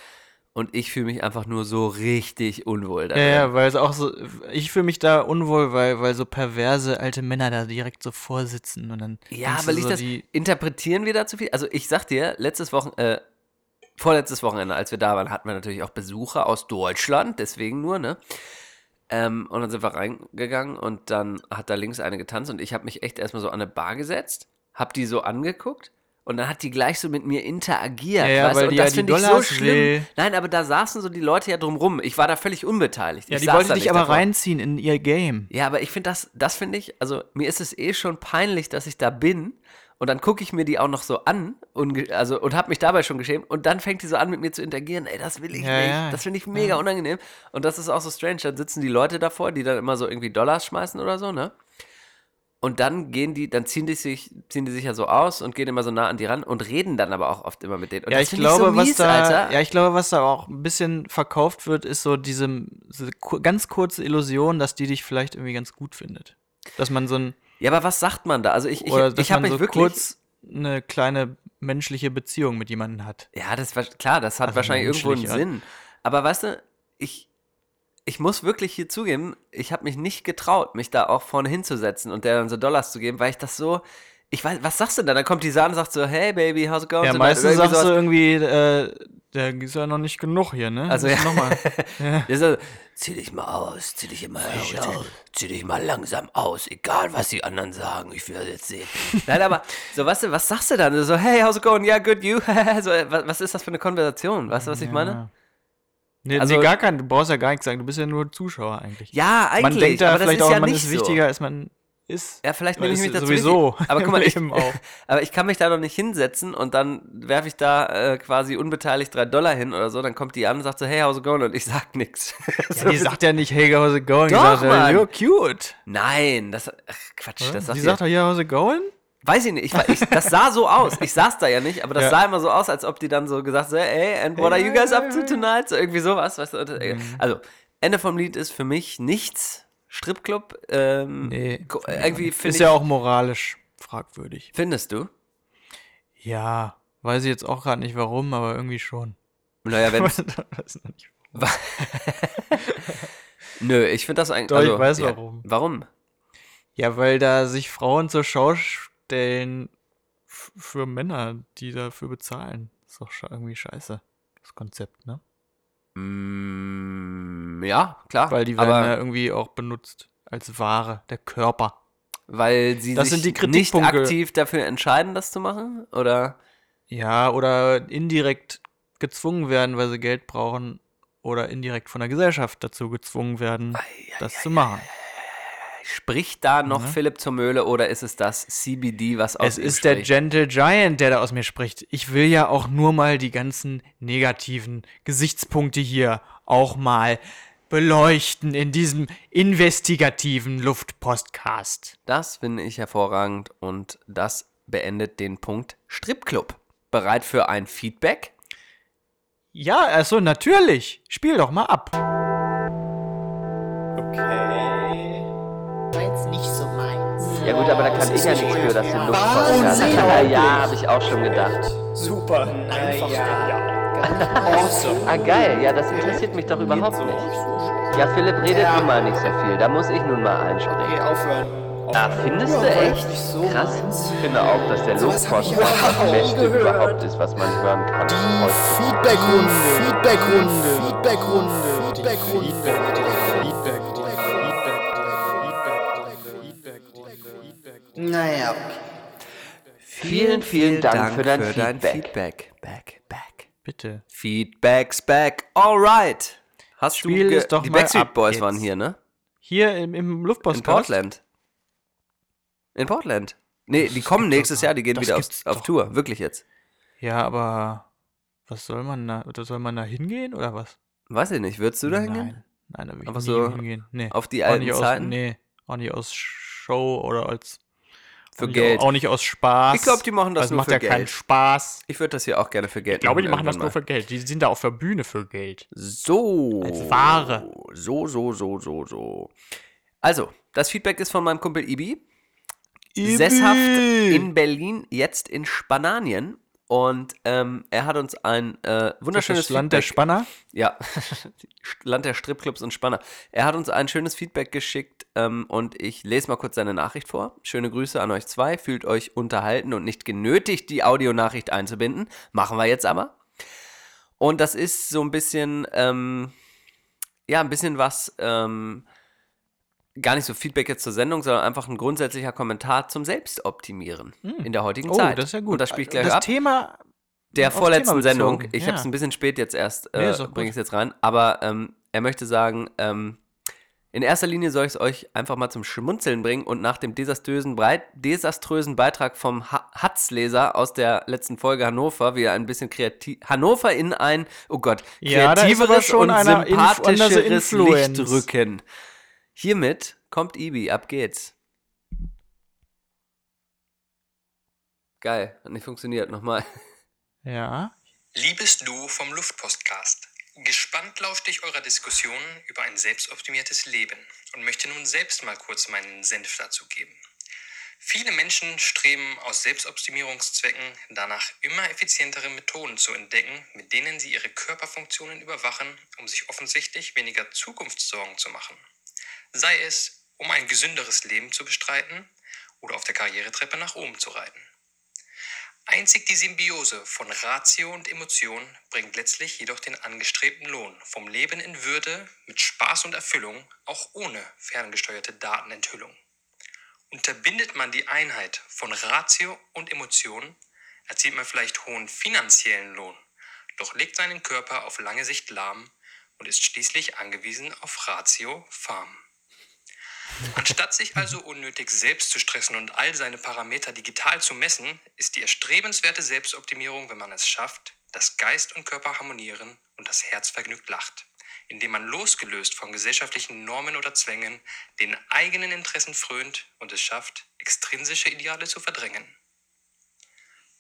S1: und ich fühle mich einfach nur so richtig unwohl. da
S2: Ja,
S1: drin.
S2: ja, weil es auch so. Ich fühle mich da unwohl, weil, weil so perverse alte Männer da direkt so vorsitzen und dann.
S1: Ja,
S2: denkst du
S1: aber liegt
S2: so,
S1: das,
S2: Die,
S1: interpretieren wir da zu viel? Also ich sag dir, letztes Wochen, äh, vorletztes Wochenende, als wir da waren, hatten wir natürlich auch Besucher aus Deutschland, deswegen nur, ne? Ähm, und dann sind wir reingegangen und dann hat da links eine getanzt und ich habe mich echt erstmal so an eine Bar gesetzt, hab die so angeguckt und dann hat die gleich so mit mir interagiert.
S2: Ja, ja,
S1: weißt du?
S2: weil
S1: und
S2: die
S1: das
S2: ja die
S1: finde ich so
S2: Dollars
S1: schlimm.
S2: will.
S1: Nein, aber da saßen so die Leute ja drumrum. Ich war da völlig unbeteiligt.
S2: ja,
S1: ich
S2: die
S1: saß
S2: wollte
S1: da
S2: dich
S1: nicht
S2: aber
S1: davor.
S2: reinziehen in ihr Game.
S1: Ja, aber ich finde das, das finde ich, also mir ist es eh schon peinlich, dass ich da bin und dann gucke ich mir die auch noch so an und, also, und habe mich dabei schon geschämt und dann fängt die so an mit mir zu interagieren, ey, das will ich
S2: Ja,
S1: nicht,
S2: ja.
S1: das finde ich mega unangenehm und das ist auch so strange, dann sitzen die Leute davor, die dann immer so irgendwie Dollars schmeißen oder so, ne? Und dann gehen die, dann ziehen die sich, ziehen die sich ja so aus und gehen immer so nah an die ran und reden dann aber auch oft immer mit denen. Und
S2: ja,
S1: das
S2: ich
S1: find
S2: glaube,
S1: so mies,
S2: was da,
S1: Alter.
S2: ja, ich glaube, was da auch ein bisschen verkauft wird, ist so diese, diese ku- ganz kurze Illusion, dass die dich vielleicht irgendwie ganz gut findet. Dass man so ein,
S1: Ja, aber was sagt man da? Also ich, ich,
S2: oder dass
S1: ich habe
S2: man
S1: mich
S2: so
S1: wirklich.
S2: kurz eine kleine menschliche Beziehung mit jemandem hat.
S1: Ja, das war klar, das hat
S2: Also
S1: wahrscheinlich irgendwo einen
S2: menschlich, ja.
S1: Sinn. Aber weißt du, ich, ich muss wirklich hier zugeben, ich habe mich nicht getraut, mich da auch vorne hinzusetzen und der dann so Dollars zu geben, weil ich das so. Ich weiß, was sagst du denn? Dann kommt die Sahne und sagt so, hey Baby, how's it going?
S2: Ja,
S1: tonight? Oder
S2: meistens
S1: irgendwie
S2: sagst du
S1: sowas.
S2: irgendwie, äh, da ist ja noch nicht genug hier, ne?
S1: Also,
S2: Müssen
S1: ja.
S2: nochmal.
S1: Der so, zieh dich mal aus, zieh dich immer aus, zieh dich mal langsam aus, egal was die anderen sagen, ich will das jetzt sehen. Nein, aber so, weißt du, was sagst du dann? So, hey, how's it going? Ja, good, you. so, was, was ist das für eine Konversation? Weißt du, was ich meine?
S2: Ja. Nee,
S1: Also-
S2: nee, gar kein, du brauchst ja gar nichts sagen, du bist ja nur Zuschauer eigentlich.
S1: Ja, eigentlich.
S2: man denkt da
S1: aber das
S2: vielleicht
S1: ist
S2: auch,
S1: ja
S2: man
S1: nicht
S2: ist
S1: so.
S2: wichtiger, als man ist.
S1: Ja, vielleicht
S2: Weil
S1: nehme ich
S2: es
S1: mich dazu.
S2: sowieso
S1: wichtig. Aber guck
S2: im
S1: mal, ich,
S2: Leben auch.
S1: aber ich kann mich da noch nicht hinsetzen und dann werfe ich da äh, quasi unbeteiligt drei Dollar hin oder so. Dann kommt die an und sagt so, hey, how's it going? Und ich sag nix.
S2: Ja, die sagt ja nicht, hey, how's it going? Die
S1: Doch,
S2: sagt, ja,
S1: Mann.
S2: you're cute.
S1: Nein, das, ach, Quatsch, das sagt
S2: die
S1: sie-
S2: sagt halt- doch, yeah, how's it going?
S1: Weiß ich nicht, ich, war- ich, das sah so aus. Ich saß da ja nicht, aber das
S2: Ja.
S1: sah immer so aus, als ob die dann so gesagt so, hey, and what are you guys up to tonight? So irgendwie sowas. Weißt du? und, äh,
S2: Mhm.
S1: Also, Ende vom Lied ist für mich nichts. Stripclub, ähm,
S2: Nee,
S1: ko- irgendwie finde
S2: Ist
S1: ich,
S2: ja auch moralisch fragwürdig.
S1: findest du?
S2: Ja, weiß ich jetzt auch gerade nicht warum, aber irgendwie schon.
S1: Naja, wenn
S2: Weiß noch nicht.
S1: Nö, ich finde das eigentlich.
S2: Doch, ich
S1: also,
S2: weiß
S1: ja,
S2: warum.
S1: Warum?
S2: Ja, weil da sich Frauen zur Schau stellen f- für Männer, die dafür bezahlen. Ist doch sche- irgendwie scheiße, das Konzept, ne?
S1: Mm, ja, klar.
S2: Weil die werden
S1: aber
S2: ja irgendwie auch benutzt als Ware, der Körper.
S1: weil sie
S2: Das
S1: sich
S2: sind die
S1: nicht
S2: Kritikpunkte.
S1: aktiv dafür entscheiden, das zu machen? Oder?
S2: Ja, oder indirekt gezwungen werden, weil sie Geld brauchen. Oder indirekt von der Gesellschaft dazu gezwungen werden, das zu machen.
S1: Spricht da noch
S2: Ne?
S1: Philipp zur Möhle oder ist es das CBD, was aus
S2: Es
S1: ihm
S2: ist der
S1: spricht?
S2: Gentle Giant, der da aus mir spricht. Ich will ja auch nur mal die ganzen negativen Gesichtspunkte hier auch mal beleuchten in diesem investigativen Luftpostcast.
S1: Das finde ich hervorragend und das beendet den Punkt Stripclub. Bereit für ein Feedback?
S2: Ja, also natürlich. Spiel doch mal ab.
S6: Meins nicht so meins.
S1: Ja gut, aber da kann ich ja nichts für, dass den Luftpostcast. Ja, ja, habe ich auch schon gedacht.
S5: Super, einfach genial. Awesome.
S1: Ah geil, ja, das interessiert mich doch überhaupt nicht. Ja, Philipp redet nun mal nicht so viel, da muss ich nun mal einspringen.
S5: aufhören.
S1: Ah, findest du echt? Krass. Ich finde auch, dass der Luftpost das Beste überhaupt ist, was man hören kann.
S7: Feedbackrunde, Feedbackrunde, Feedbackrunde, Feedbackrunde.
S6: Naja, okay.
S1: Vielen, vielen Dank, für dein Feedback. Back, back.
S2: Bitte.
S1: Feedbacks back. Alright. Hast
S2: Spiel
S1: du ge-
S2: es doch
S1: die
S2: mal
S1: Backstreet
S2: ab
S1: Boys
S2: jetzt.
S1: waren hier, ne?
S2: Hier im, im
S1: In
S2: Luftpostcast.
S1: Portland. In Portland. Nee, die kommen nächstes Jahr, die gehen
S2: das
S1: wieder auf,
S2: gibt's
S1: auf
S2: doch.
S1: Tour, wirklich jetzt.
S2: Ja, aber was soll man da? Oder soll man da hingehen oder was?
S1: Weiß ich nicht, würdest du da hingehen?
S2: Nein, nein, da will ich
S1: Einfach
S2: nie
S1: so
S2: hingehen. Nee.
S1: Auf die
S2: auch
S1: alten
S2: nicht aus,
S1: Zeiten?
S2: nee, auch nicht aus Show oder als auch
S1: Für
S2: nicht-
S1: Geld.
S2: Auch nicht aus Spaß.
S1: Ich glaube, die machen das
S2: das
S1: nur
S2: macht
S1: für
S2: ja
S1: Geld.
S2: keinen Spaß.
S1: Ich würde das hier auch gerne für Geld
S2: Ich glaube, die machen das nur
S1: irgendwann
S2: für Geld. Die sind da auf der Bühne für Geld.
S1: mal. So.
S2: als Ware.
S1: So, so, so, so, so. Also, das Feedback ist von meinem Kumpel Ibi. sesshaft in Berlin, jetzt in Spanien. Und ähm, er hat uns ein äh,
S2: das
S1: wunderschönes
S2: ist das Land der
S1: Feedback-
S2: Spanner.
S1: Ja, Land der Stripclubs und Spanner. Er hat uns ein schönes Feedback geschickt ähm, und ich lese mal kurz seine Nachricht vor. Schöne Grüße an euch zwei. Fühlt euch unterhalten und nicht genötigt, die Audionachricht einzubinden. Machen wir jetzt aber. Und das ist so ein bisschen, ähm, ja, ein bisschen was, ähm, gar nicht so Feedback jetzt zur Sendung, sondern einfach ein grundsätzlicher Kommentar zum Selbstoptimieren in der heutigen
S2: Oh,
S1: Zeit.
S2: das ist ja gut.
S1: Und das spielt gleich
S2: das
S1: ab
S2: Thema.
S1: der
S2: aufs
S1: vorletzten
S2: Thema
S1: Sendung.
S2: bezogen,
S1: Ich
S2: ja.
S1: habe es ein bisschen spät jetzt erst,
S2: Nee,
S1: äh,
S2: ist doch gut.
S1: bringe ich jetzt rein. Aber ähm, er möchte sagen, ähm, in erster Linie soll ich es euch einfach mal zum Schmunzeln bringen und nach dem desaströsen, Breit desaströsen Beitrag vom ha Hatzleser aus der letzten Folge Hannover, wie er ein bisschen kreativ Hannover in ein, oh Gott,
S2: Ja, da ist aber
S1: kreativeres
S2: schon
S1: und
S2: einer Inf- anders
S1: sympathischeres
S2: Influence.
S1: Licht rücken. Hiermit kommt Ibi, ab geht's. Geil, hat nicht funktioniert, nochmal.
S2: Ja.
S8: Liebes Duo vom Luftpostcast, gespannt lauschte ich eurer Diskussionen über ein selbstoptimiertes Leben und möchte nun selbst mal kurz meinen Senf dazu geben. Viele Menschen streben aus Selbstoptimierungszwecken danach, immer effizientere Methoden zu entdecken, mit denen sie ihre Körperfunktionen überwachen, um sich offensichtlich weniger Zukunftssorgen zu machen. Sei es, um ein gesünderes Leben zu bestreiten oder auf der Karrieretreppe nach oben zu reiten. Einzig die Symbiose von Ratio und Emotion bringt letztlich jedoch den angestrebten Lohn vom Leben in Würde mit Spaß und Erfüllung, auch ohne ferngesteuerte Datenenthüllung. Unterbindet man die Einheit von Ratio und Emotion, erzielt man vielleicht hohen finanziellen Lohn, doch legt seinen Körper auf lange Sicht lahm und ist schließlich angewiesen auf Ratio Farm. Anstatt sich also unnötig selbst zu stressen und all seine Parameter digital zu messen, ist die erstrebenswerte Selbstoptimierung, wenn man es schafft, dass Geist und Körper harmonieren und das Herz vergnügt lacht, indem man losgelöst von gesellschaftlichen Normen oder Zwängen den eigenen Interessen frönt und es schafft, extrinsische Ideale zu verdrängen.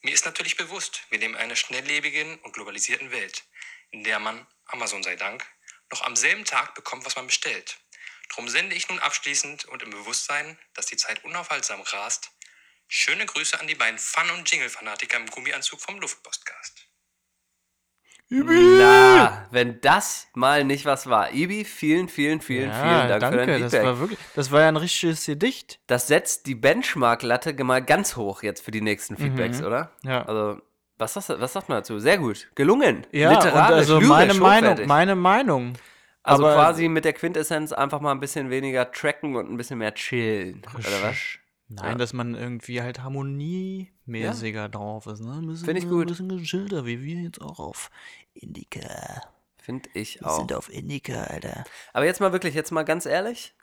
S8: Mir ist natürlich bewusst, wir leben in einer schnelllebigen und globalisierten Welt, in der man, Amazon sei Dank, noch am selben Tag bekommt, was man bestellt. Drum sende ich nun abschließend und im Bewusstsein, dass die Zeit unaufhaltsam rast, schöne Grüße an die beiden Fun- und Jingle-Fanatiker im Gummianzug vom Luftpostcast.
S2: Ibi!
S1: Na, wenn das mal nicht was war. Ibi, vielen, vielen, vielen, vielen Dank für dein
S2: das
S1: Feedback.
S2: war wirklich, das war ja ein richtiges Gedicht.
S1: das setzt die Benchmark-Latte mal ganz hoch jetzt für die nächsten Feedbacks, oder?
S2: Mhm. Ja.
S1: Also, was, sagst du- was sagt man dazu? Sehr gut. Gelungen.
S2: Ja,
S1: Literarisch,
S2: und also
S1: lyrisch,
S2: meine Meinung,
S1: hochwertig.
S2: meine Meinung.
S1: also
S2: aber-
S1: quasi mit der Quintessenz einfach mal ein bisschen weniger tracken und ein bisschen mehr chillen. Oder was?
S2: Nein,
S1: Ja.
S2: dass man irgendwie halt harmoniemäßiger drauf ist. Ne? Ein bisschen-
S1: Find ich gut.
S2: Ein bisschen geschilder, wie wir jetzt auch auf Indica.
S1: Finde ich
S2: Wir
S1: auch.
S2: sind auf Indica, Alter.
S1: Aber jetzt mal wirklich, jetzt mal ganz ehrlich,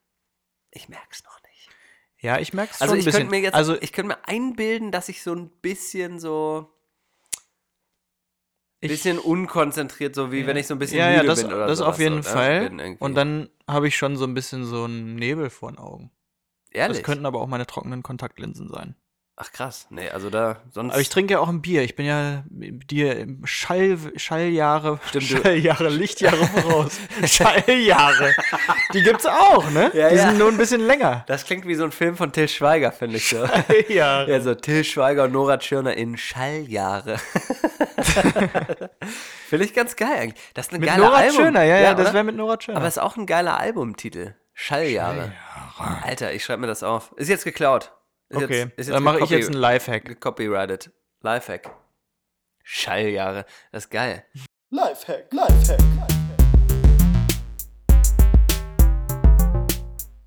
S1: ich merk's noch nicht.
S2: Ja, ich merke es
S1: Also
S2: schon
S1: ich
S2: ein bisschen.
S1: könnte mir jetzt,
S2: also
S1: ich könnte mir einbilden, dass ich so ein bisschen so,
S2: ich-
S1: bisschen unkonzentriert, so wie wenn ich so ein bisschen
S2: ja,
S1: müde
S2: ja, das,
S1: bin oder
S2: das
S1: sowas,
S2: auf jeden
S1: so, ne?
S2: Fall.
S1: Bin irgendwie-
S2: Und dann habe ich schon so ein bisschen so einen Nebel vor den Augen.
S1: ehrlich.
S2: Das könnten aber auch meine trockenen Kontaktlinsen sein.
S1: Ach krass, nee, also da sonst.
S2: Aber ich trinke ja auch ein Bier. Ich bin ja dir im Schall, Schalljahre,
S1: Stimmt, du-
S2: Schalljahre, Lichtjahre voraus. Schalljahre. Die gibt's auch, ne?
S1: Ja,
S2: Die
S1: ja.
S2: sind nur ein bisschen länger.
S1: das klingt wie so ein Film von Till Schweiger, finde ich so.
S2: Ja.
S1: Ja, so Till Schweiger und Nora Tschirner in Schalljahre. Finde ich ganz geil eigentlich. Das ist ein
S2: Mit
S1: geiler
S2: Nora
S1: Album.
S2: Tschirner, ja, ja, das
S1: oder?
S2: wäre mit Nora Tschirner.
S1: Aber ist auch ein geiler Albumtitel. Schalljahre. Alter, ich schreibe mir das auf. Ist jetzt geklaut. Ist
S2: okay,
S1: jetzt, ist jetzt
S2: dann mache ich jetzt einen
S1: gecopy-
S2: Lifehack.
S1: Gecopyrighted. Lifehack. Schalljahre. Das ist geil.
S7: Lifehack, Lifehack.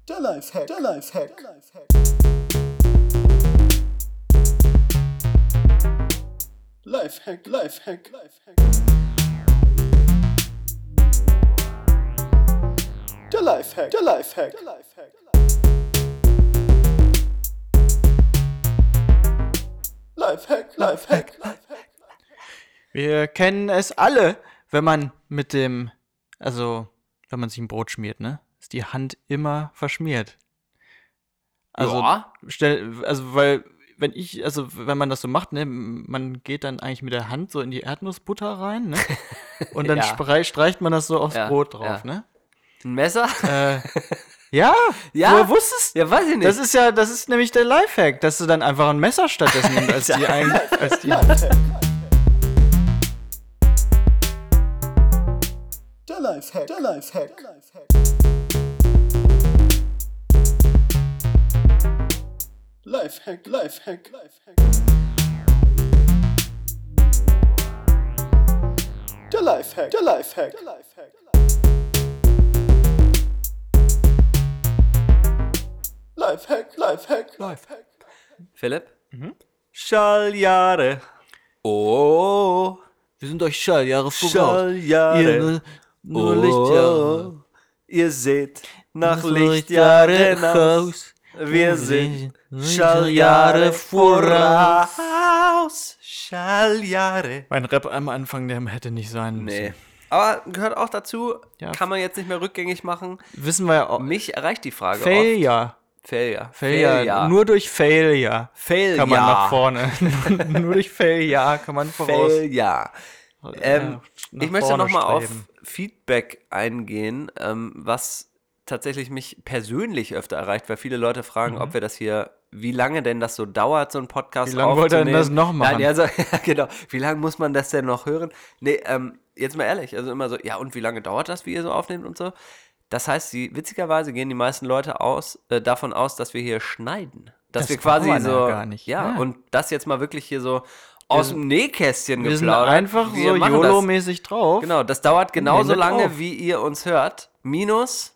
S7: Der Lifehack, der Lifehack. Der Lifehack. Lifehack, Lifehack, Lifehack. Der Lifehack, der Lifehack, der Lifehack. Lifehack, Lifehack, Lifehack.
S2: Wir kennen es alle, wenn man mit dem, also wenn man sich ein Brot schmiert, ne? Ist die Hand immer verschmiert. Also,
S1: Ja.
S2: stell, also weil, wenn ich, also wenn man das so macht, ne, man geht dann eigentlich mit der Hand so in die Erdnussbutter rein, ne? Und dann
S1: Ja.
S2: streich- streicht man das so aufs
S1: Ja,
S2: Brot drauf,
S1: ja.
S2: ne?
S1: Ein Messer?
S2: Äh, ja,
S1: Ja?
S2: woher wusstest
S1: Ja, weiß ich nicht.
S2: das ist ja, das ist nämlich der Lifehack, dass du dann einfach ein Messer stattdessen nimmst, als die, ein, als die
S7: Der Lifehack, der Lifehack. Lifehack, Lifehack, Lifehack. Der Lifehack, der Lifehack, der Lifehack. Lifehack, Lifehack, Lifehack.
S1: Philipp? Schalljahre. Oh.
S2: Wir sind euch Schalljahre voraus.
S1: Schalljahre.
S2: Ihr nur, nur Lichtjahre.
S1: Oh. Ihr seht nach
S2: Nur Lichtjahre
S1: Lichtjahren aus.
S2: raus.
S1: Wir sind Schalljahre voraus. Schalljahre.
S2: Mein Rap am Anfang, der hätte nicht sein müssen.
S1: Nee. Aber gehört auch dazu,
S2: Ja.
S1: kann man jetzt nicht mehr rückgängig machen.
S2: Wissen wir ja auch.
S1: Mich erreicht die Frage. oft.
S2: Failure.
S1: Failure.
S2: Failure. Nur durch Failure
S1: Failure.
S2: kann man nach vorne. Nur durch Failure kann man voraus. Äh,
S1: Failure. Ähm,
S2: nach
S1: ich möchte
S2: vorne
S1: nochmal auf
S2: streben.
S1: Feedback eingehen, ähm, was tatsächlich mich persönlich öfter erreicht, weil viele Leute fragen, ob wir das hier, wie lange denn das so dauert, so ein Podcast
S2: Mhm. Wie lange wollt ihr denn das
S1: aufzunehmen.
S2: noch machen?
S1: Nein, ja, so, ja, genau. Wie lange muss man das denn noch hören? Nee, ähm, jetzt mal ehrlich, also immer so, ja, und wie lange dauert das, wie ihr so aufnehmt und so? Das heißt, sie, witzigerweise gehen die meisten Leute aus, äh, davon aus, dass wir hier schneiden. Dass
S2: Das
S1: wir quasi
S2: brauchen wir
S1: so.
S2: ja gar nicht. ne?
S1: Ja,
S2: Ja.
S1: und das jetzt mal wirklich hier so aus dem Nähkästchen
S2: wir sind
S1: geplaudert.
S2: einfach
S1: Wir
S2: so
S1: machen das.
S2: YOLO-mäßig drauf.
S1: Genau, das dauert genauso
S2: Nehmen wir
S1: lange,
S2: auf.
S1: wie ihr uns hört. Minus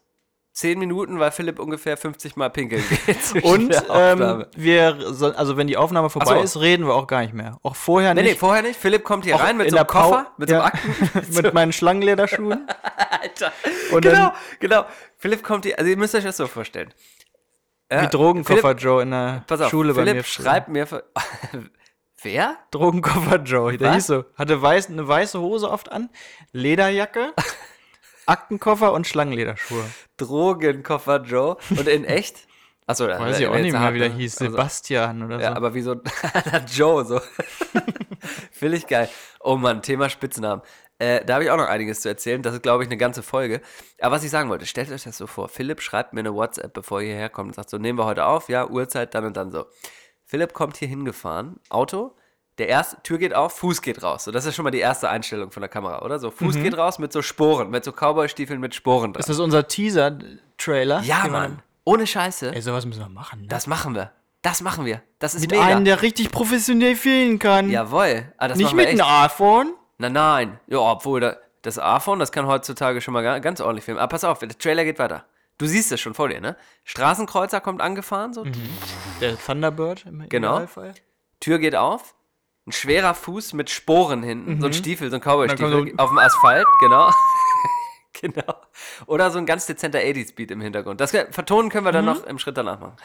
S1: 10 Minuten, weil Philipp ungefähr 50 Mal pinkeln geht. zwischen
S2: Und
S1: der
S2: ähm,
S1: Aufnahme.
S2: wir, so, also wenn die Aufnahme vorbei
S1: so.
S2: ist, reden wir auch gar nicht mehr. Auch vorher
S1: Nee,
S2: nicht.
S1: nee, vorher nicht. Philipp kommt hier
S2: Auch
S1: rein mit
S2: in
S1: so einem
S2: der Pau-
S1: Koffer, mit so einem
S2: Ja.
S1: Akten.
S2: mit meinen Schlangenlederschuhen.
S1: Alter.
S2: Und
S1: genau,
S2: dann-
S1: genau. Philipp kommt hier, also ihr müsst euch das so vorstellen. Ja,
S2: Wie Drogenkoffer
S1: Äh, Philipp,
S2: Joe in der
S1: pass auf,
S2: Schule bei
S1: Philipp
S2: mir.
S1: schreibt mir. ver- Wer?
S2: Drogenkoffer Joe. Der
S1: Was?
S2: hieß so. Hatte weiß, eine weiße Hose oft an, Lederjacke, Aktenkoffer und Schlangenlederschuhe.
S1: Drogenkoffer Joe. Und in echt? Achso,
S2: Weiß ich auch nicht mehr, wie
S1: ne?
S2: der hieß. Sebastian oder so.
S1: also Ja, aber wie so Alter, Joe, so. Finde ich geil. Oh Mann, Thema Spitznamen. Äh, da habe ich auch noch einiges zu erzählen. Das ist, glaube ich, eine ganze Folge. Aber was ich sagen wollte, stellt euch das so vor. Philipp schreibt mir eine WhatsApp, bevor ihr hierher kommt und sagt so, nehmen wir heute auf, ja, Uhrzeit, dann und dann so. Philipp kommt hier hingefahren, Auto, der erste, Tür geht auf, Fuß geht raus. So, das ist schon mal die erste Einstellung von der Kamera, oder? So, Fuß geht raus mit so Sporen, mit so Cowboy-Stiefeln mit Sporen dran.
S2: Mhm. Ist das unser Teaser-Trailer?
S1: ja,
S2: Den wir
S1: Mann. Ohne Scheiße.
S2: dann- Ey, sowas müssen wir machen. Ne?
S1: Das machen wir. Das machen wir. Das ist
S2: mit
S1: mega.
S2: einem, der richtig professionell fehlen kann.
S1: Jawohl. Ah, das
S2: Nicht
S1: machen wir
S2: mit
S1: echt.
S2: einem iPhone.
S1: Nein, nein. Ja, obwohl da, das iPhone, das kann heutzutage schon mal ga- ganz ordentlich filmen. Aber pass auf, der Trailer geht weiter. Du siehst es schon vor dir, ne? Straßenkreuzer kommt angefahren, so.
S2: Mhm. Der Thunderbird im im
S1: Genau.
S2: Idealfall.
S1: Tür geht auf. Ein schwerer Fuß mit Sporen hinten. So ein Stiefel, so ein
S2: Mhm. Dann
S1: Cowboy-Stiefel
S2: kommt so-
S1: auf dem Asphalt, genau. genau. Oder so ein ganz dezenter 80s-Beat im Hintergrund. Das kann- vertonen können wir
S2: Mhm.
S1: dann noch im Schritt danach machen.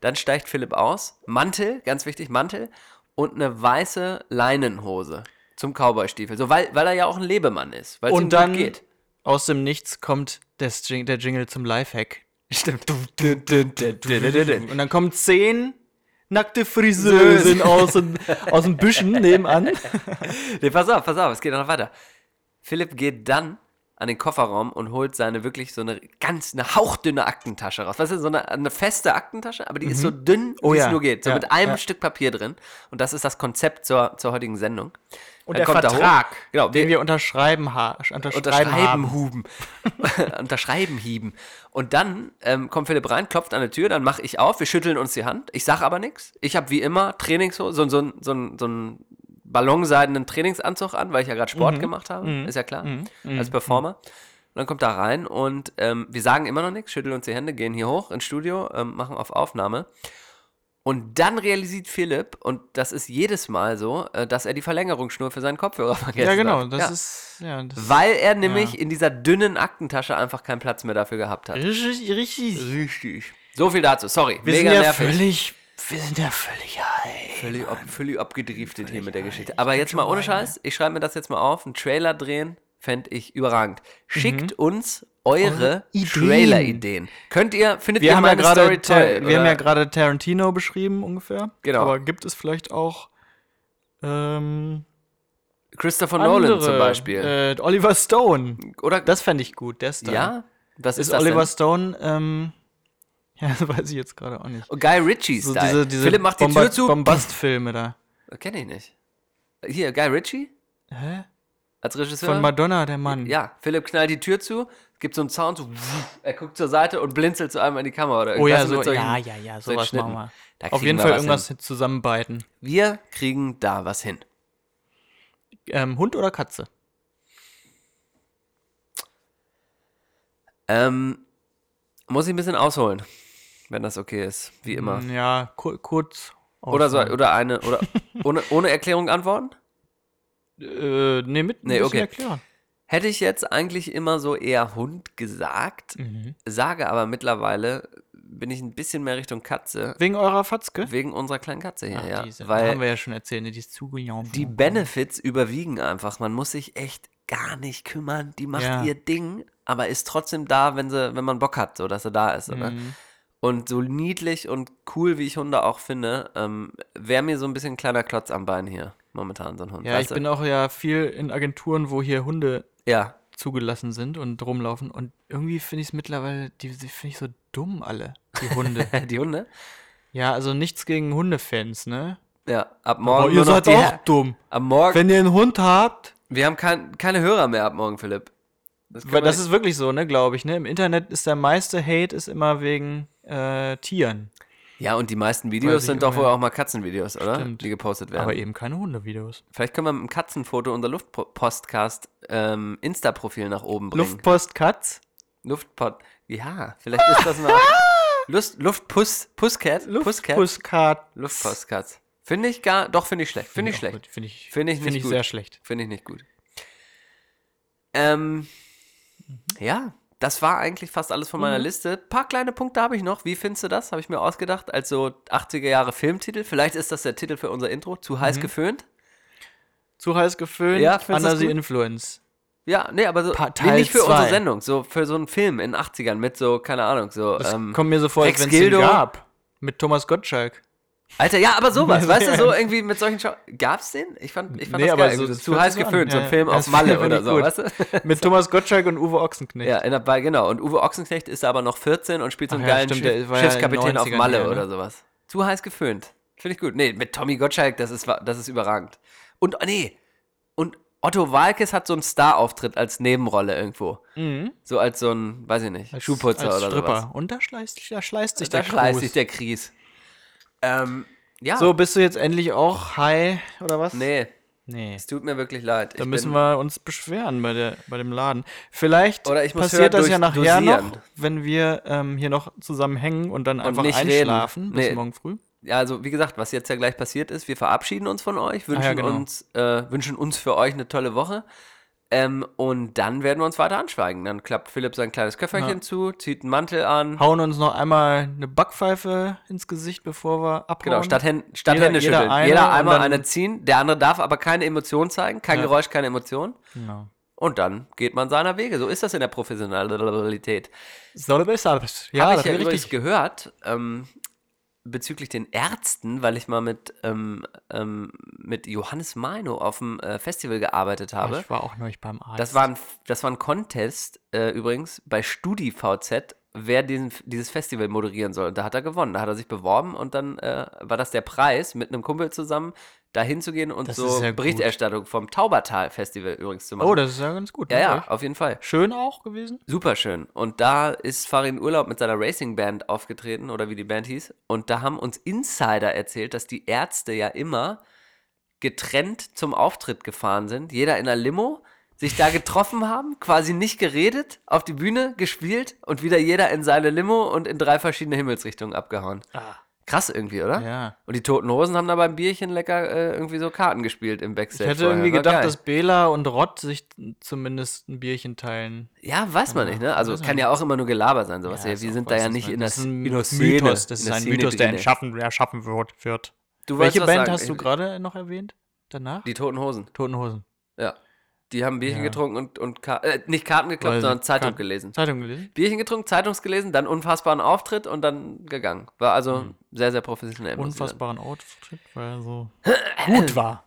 S1: Dann steigt Philipp aus. Mantel, ganz wichtig, Mantel. Und eine weiße Leinenhose zum Cowboy-Stiefel. So, weil, weil er ja auch ein Lebemann ist. Weil es ihm
S2: Und dann
S1: gut geht.
S2: aus dem Nichts kommt der, String, der Jingle zum Lifehack.
S1: Stimmt.
S2: Und dann kommen zehn nackte Friseusen aus, den- aus den Büschen nebenan.
S1: Nee, pass auf, pass auf, es geht noch weiter. Philipp geht dann an den Kofferraum und holt seine wirklich so eine ganz, eine hauchdünne Aktentasche raus. Weißt du, so eine, eine feste Aktentasche, aber die ist so dünn,
S2: Oh
S1: wie es
S2: ja,
S1: nur geht. So
S2: ja,
S1: mit einem
S2: ja.
S1: Stück Papier drin. Und das ist das Konzept zur, zur heutigen Sendung. Dann
S2: Und der
S1: kommt er hoch.
S2: Vertrag,
S1: Genau,
S2: den
S1: der-
S2: wir unterschreiben, ha unterschreiben,
S1: Unterschreiben
S2: haben.
S1: huben. Unterschreiben hieben. Und dann ähm, kommt Philipp rein, klopft an der Tür, dann mache ich auf, wir schütteln uns die Hand. Ich sage aber nichts. Ich habe wie immer Trainingshose, so, so, so, so, so einen ballonseidenen Trainingsanzug an, weil ich ja gerade Sport
S2: Mhm.
S1: gemacht habe, ist ja klar, als Performer. Und dann kommt er rein und ähm, wir sagen immer noch nichts, schütteln uns die Hände, gehen hier hoch ins Studio, ähm, machen auf Aufnahme. Und dann realisiert Philipp, und das ist jedes Mal so, äh, dass er die Verlängerungsschnur für seinen Kopfhörer vergessen
S2: Ja,
S1: hat.
S2: genau. Das ist ja, das ist
S1: Weil er nämlich in dieser dünnen Aktentasche einfach keinen Platz mehr dafür gehabt hat.
S2: richtig, richtig.
S1: Richtig. So viel dazu, sorry.
S2: Mhm. Wir
S1: Mega
S2: sind ja
S1: nervig.
S2: völlig, wir sind ja völlig high.
S1: Völlig, ab, völlig abgedriftet hier mit der Geschichte. Aber jetzt mal ohne
S2: ne?
S1: Scheiß, ich schreibe mir das jetzt mal auf. Einen Trailer drehen, fände ich überragend. Schickt
S2: Mhm.
S1: uns eure Trailer-Ideen. Könnt ihr, findet
S2: Wir
S1: ihr
S2: haben, ja
S1: meine
S2: gerade
S1: Story
S2: Tar-
S1: toll?
S2: wir haben
S1: oder?
S2: ja gerade Tarantino beschrieben ungefähr.
S1: Genau.
S2: Aber gibt es vielleicht auch ähm,
S1: Christopher Nolan
S2: andere,
S1: zum Beispiel.
S2: Äh, Oliver Stone.
S1: Oder,
S2: Das fände ich gut. Der Star.
S1: ja? Was ist,
S2: Ist,
S1: das
S2: Oliver
S1: denn?
S2: Stone, ähm, ja, das weiß ich jetzt gerade auch nicht.
S1: Oh, Guy Ritchie-Style. Philipp macht die
S2: Bomba-
S1: Tür zu.
S2: Bombast-Filme da.
S1: Kenn ich nicht. Hier, Guy Ritchie
S2: Hä?
S1: als Regisseur.
S2: Von Madonna, der Mann.
S1: Ja, Philipp knallt die Tür zu, gibt so einen Sound, so, er guckt zur Seite und blinzelt so einmal in die Kamera oder
S2: Oh ja,
S1: irgendwas
S2: so,
S1: mit solchen-
S2: ja, ja, ja,
S1: solchen
S2: sowas
S1: Schnitten.
S2: machen wir.
S1: Da
S2: Auf
S1: kriegen
S2: jeden
S1: wir
S2: Fall
S1: was
S2: irgendwas
S1: Hin.
S2: zusammenbeiten.
S1: Wir kriegen da was hin.
S2: Ähm, Hund oder Katze?
S1: Ähm, muss ich ein bisschen ausholen, wenn das okay ist, wie immer.
S2: Hm, Ja, ku kurz.
S1: Oder so,
S2: ausholen.
S1: oder eine, oder ohne, ohne Erklärung antworten?
S2: Äh, nee, mit ein
S1: Nee,
S2: bisschen
S1: okay.
S2: erklären.
S1: Hätte ich jetzt eigentlich immer so eher Hund gesagt,
S2: Mm. Mhm.
S1: sage aber mittlerweile bin ich ein bisschen mehr Richtung Katze,
S2: Wegen eurer Fatzke?
S1: wegen unserer kleinen Katze hier, ja.
S2: die sind,
S1: weil
S2: haben wir ja schon erzählt, ne, die ist zugejaut.
S1: die Benefits überwiegen einfach. Man muss sich echt gar nicht kümmern. Die macht
S2: Ja.
S1: ihr Ding, aber ist trotzdem da, wenn, sie, wenn man Bock hat, so dass sie da ist. Oder?
S2: Mhm. Hm.
S1: Und so niedlich und cool, wie ich Hunde auch finde, ähm, wäre mir so ein bisschen ein kleiner Klotz am Bein hier momentan, so ein Hund.
S2: Ja, ich
S1: weißt du?
S2: bin auch ja viel in Agenturen, wo hier Hunde
S1: ja,
S2: zugelassen sind und rumlaufen. Und irgendwie finde ich es mittlerweile, die, die finde ich so dumm alle, die Hunde.
S1: die Hunde.
S2: ja, also nichts gegen Hundefans, ne?
S1: Ja, ab morgen.
S2: Aber ihr
S1: nur noch
S2: seid
S1: die
S2: auch dumm.
S1: Am Morgen.
S2: Wenn ihr einen Hund habt,
S1: wir haben kein, keine Hörer mehr ab morgen, Philipp. Das, können
S2: weil
S1: wir
S2: das
S1: nicht-
S2: ist wirklich so, ne, glaube ich, ne? Im Internet ist der meiste Hate ist immer wegen äh, Tieren.
S1: ja, und die meisten
S2: Weiß
S1: Videos
S2: ich
S1: sind doch
S2: irgendwie.
S1: wohl auch mal Katzenvideos, oder?
S2: Stimmt.
S1: Die gepostet werden.
S2: Aber eben keine Hundevideos.
S1: Vielleicht können wir mit einem Katzenfoto unser Luftpostcast ähm, Insta-Profil nach oben bringen.
S2: Luftpost Katz?
S1: Luftpod. Ja, vielleicht ist das mal. Lust, Luftpus, Puscat, Puscat,
S2: Luftpostcard.
S1: Luftpostcast. Finde ich gar, doch finde ich schlecht, finde ich
S2: auch
S1: schlecht,
S2: gut, Finde ich,
S1: Finde ich
S2: finde
S1: nicht
S2: ich
S1: gut.
S2: sehr schlecht.
S1: finde ich nicht gut. Ähm, ja, das war eigentlich fast alles von meiner Liste. Paar kleine Punkte habe ich noch. Wie findest du das? Habe ich mir ausgedacht als so 80er Jahre Filmtitel. Vielleicht ist das der Titel für unser Intro. Zu heiß geföhnt.
S2: Zu heiß geföhnt,
S1: Ja, findest du das
S2: Fantasy
S1: gut?
S2: Influence.
S1: Ja, nee, aber so
S2: Pa-
S1: nee, nicht
S2: Teil
S1: für unsere
S2: zwei.
S1: Sendung, so für so einen Film in den 80ern mit so, keine Ahnung, so.
S2: Das
S1: Ähm,
S2: kommt mir so vor, als
S1: Rex
S2: wenn es den
S1: Gildo.
S2: gab. Mit Thomas Gottschalk.
S1: Alter, ja, aber sowas,
S2: Ja,
S1: weißt du,
S2: ja.
S1: so irgendwie mit solchen Schau. Gab's den? Ich fand, ich fand das geil. irgendwie so
S2: das
S1: zu
S2: fühlt
S1: heiß
S2: sich an.
S1: geföhnt, so
S2: Ja,
S1: ein Film
S2: ja.
S1: auf
S2: Das
S1: Malle
S2: finde
S1: oder
S2: ich
S1: so,
S2: gut.
S1: weißt du?
S2: Mit Thomas Gottschalk und Uwe Ochsenknecht.
S1: Ja, in der Ball, genau. Und Uwe Ochsenknecht ist aber noch 14 und spielt so
S2: Ach
S1: einen
S2: ja,
S1: geilen
S2: stimmt,
S1: Schiff,
S2: der war ja in den
S1: Schiffskapitän auf
S2: 90ern
S1: Malle
S2: eher, ne?
S1: oder sowas. Zu heiß geföhnt. Finde ich gut. Nee, mit Tommy Gottschalk, das ist, wa- das ist überragend. Und, oh, nee, und Otto Walkes hat so einen Star-Auftritt als Nebenrolle irgendwo. So als so ein, weiß ich nicht, Schuhputzer
S2: Mhm. als
S1: oder
S2: Stripper.
S1: sowas.
S2: Und da schleißt, da schleißt sich
S1: Da
S2: der
S1: schleißt
S2: Kloß.
S1: sich der Kries. Ähm, ja.
S2: So, bist du jetzt endlich auch high oder was?
S1: nee,
S2: Nee.
S1: es tut mir wirklich leid.
S2: Da
S1: Ich
S2: müssen
S1: bin-
S2: wir uns beschweren bei, der, bei dem Laden. Vielleicht
S1: Oder ich muss höher
S2: passiert das ja
S1: durch-
S2: nachher
S1: dosieren.
S2: noch, wenn wir ähm, hier noch zusammen hängen und dann einfach
S1: nicht reden.
S2: einschlafen bis
S1: Nee.
S2: morgen früh.
S1: Ja, also wie gesagt, was jetzt ja gleich passiert ist, wir verabschieden uns von euch, wünschen,
S2: genau.
S1: uns, äh, wünschen uns für euch eine tolle Woche. Ähm, und dann werden wir uns weiter anschweigen. Dann klappt Philipp sein kleines Köfferchen
S2: Ja.
S1: zu, zieht einen Mantel an.
S2: Hauen uns noch einmal eine Backpfeife ins Gesicht, bevor wir abhauen.
S1: Genau, statt, Hän statt
S2: Jeder-
S1: Hände
S2: jeder
S1: schütteln.
S2: eine
S1: jeder
S2: und
S1: einmal
S2: dann-
S1: eine ziehen, der andere darf aber keine Emotion zeigen, kein
S2: Ja.
S1: Geräusch, keine Emotion.
S2: Genau.
S1: Und dann geht man seiner Wege. So ist das in der Professionalität.
S2: Soll das alles? Ja,
S1: Habe
S2: Ah, das
S1: ich ja
S2: wäre
S1: übrigens
S2: richtig.
S1: gehört ähm, bezüglich den Ärzten, weil ich mal mit, ähm, ähm, mit Johannes Mino auf dem äh, Festival gearbeitet habe.
S2: ich war auch neulich beim Arzt.
S1: Das war ein, das war ein Contest äh, übrigens bei StudiVZ, wer diesen, dieses Festival moderieren soll. Und da hat er gewonnen. Da hat er sich beworben und dann äh, war das der Preis, mit einem Kumpel zusammen da hinzugehen und
S2: Das
S1: so
S2: ist ja gut.
S1: Berichterstattung vom Taubertal-Festival übrigens zu machen.
S2: oh, das ist ja ganz gut.
S1: ja,
S2: ne?
S1: ja, auf jeden Fall.
S2: Schön auch gewesen.
S1: Super schön. Und da ist Farin Urlaub mit seiner Racing Band aufgetreten oder wie die Band hieß. Und da haben uns Insider erzählt, dass die Ärzte ja immer getrennt zum Auftritt gefahren sind. Jeder in einer Limo, sich da getroffen haben, quasi nicht geredet, auf die Bühne gespielt und wieder jeder in seine Limo und in drei verschiedene Himmelsrichtungen abgehauen. Krass irgendwie, oder?
S2: Ah. Ja.
S1: Und die Toten Hosen haben da beim Bierchen lecker äh, irgendwie so Karten gespielt im
S2: Ich
S1: Backstage.
S2: hätte
S1: vorher.
S2: irgendwie
S1: War
S2: gedacht,
S1: geil.
S2: dass Bela und Rott sich zumindest ein Bierchen teilen.
S1: Ja, weiß man
S2: Ja,
S1: nicht, ne? Also
S2: weiß
S1: es
S2: man
S1: kann ja auch immer nur Gelaber sein, sowas. Ja,
S2: ist
S1: wir
S2: auch
S1: sind da
S2: was,
S1: ja
S2: das
S1: nicht
S2: war-
S1: in der,
S2: das ist ein
S1: in der Szene.
S2: Mythos, das
S1: in
S2: ist ein
S1: Szene
S2: Mythos, der
S1: drin ist.
S2: entschaffen, der schaffen wird, wird.
S1: Du wolltest was
S2: Welche Band
S1: sagen. äh,
S2: hast du gerade noch erwähnt? Danach?
S1: Die Toten Hosen,
S2: Toten Hosen.
S1: ja. Die haben Bierchen
S2: Ja.
S1: getrunken und, und Ka äh, nicht Karten geklopft,
S2: Weil-
S1: sondern Zeitung
S2: Karten-
S1: gelesen.
S2: Zeitung gelesen?
S1: Bierchen getrunken, Zeitungs gelesen, dann unfassbaren Auftritt und dann gegangen. War also
S2: Mhm.
S1: sehr, sehr professionell. muss ich sagen.
S2: Unfassbaren Outfit, weil er so gut war.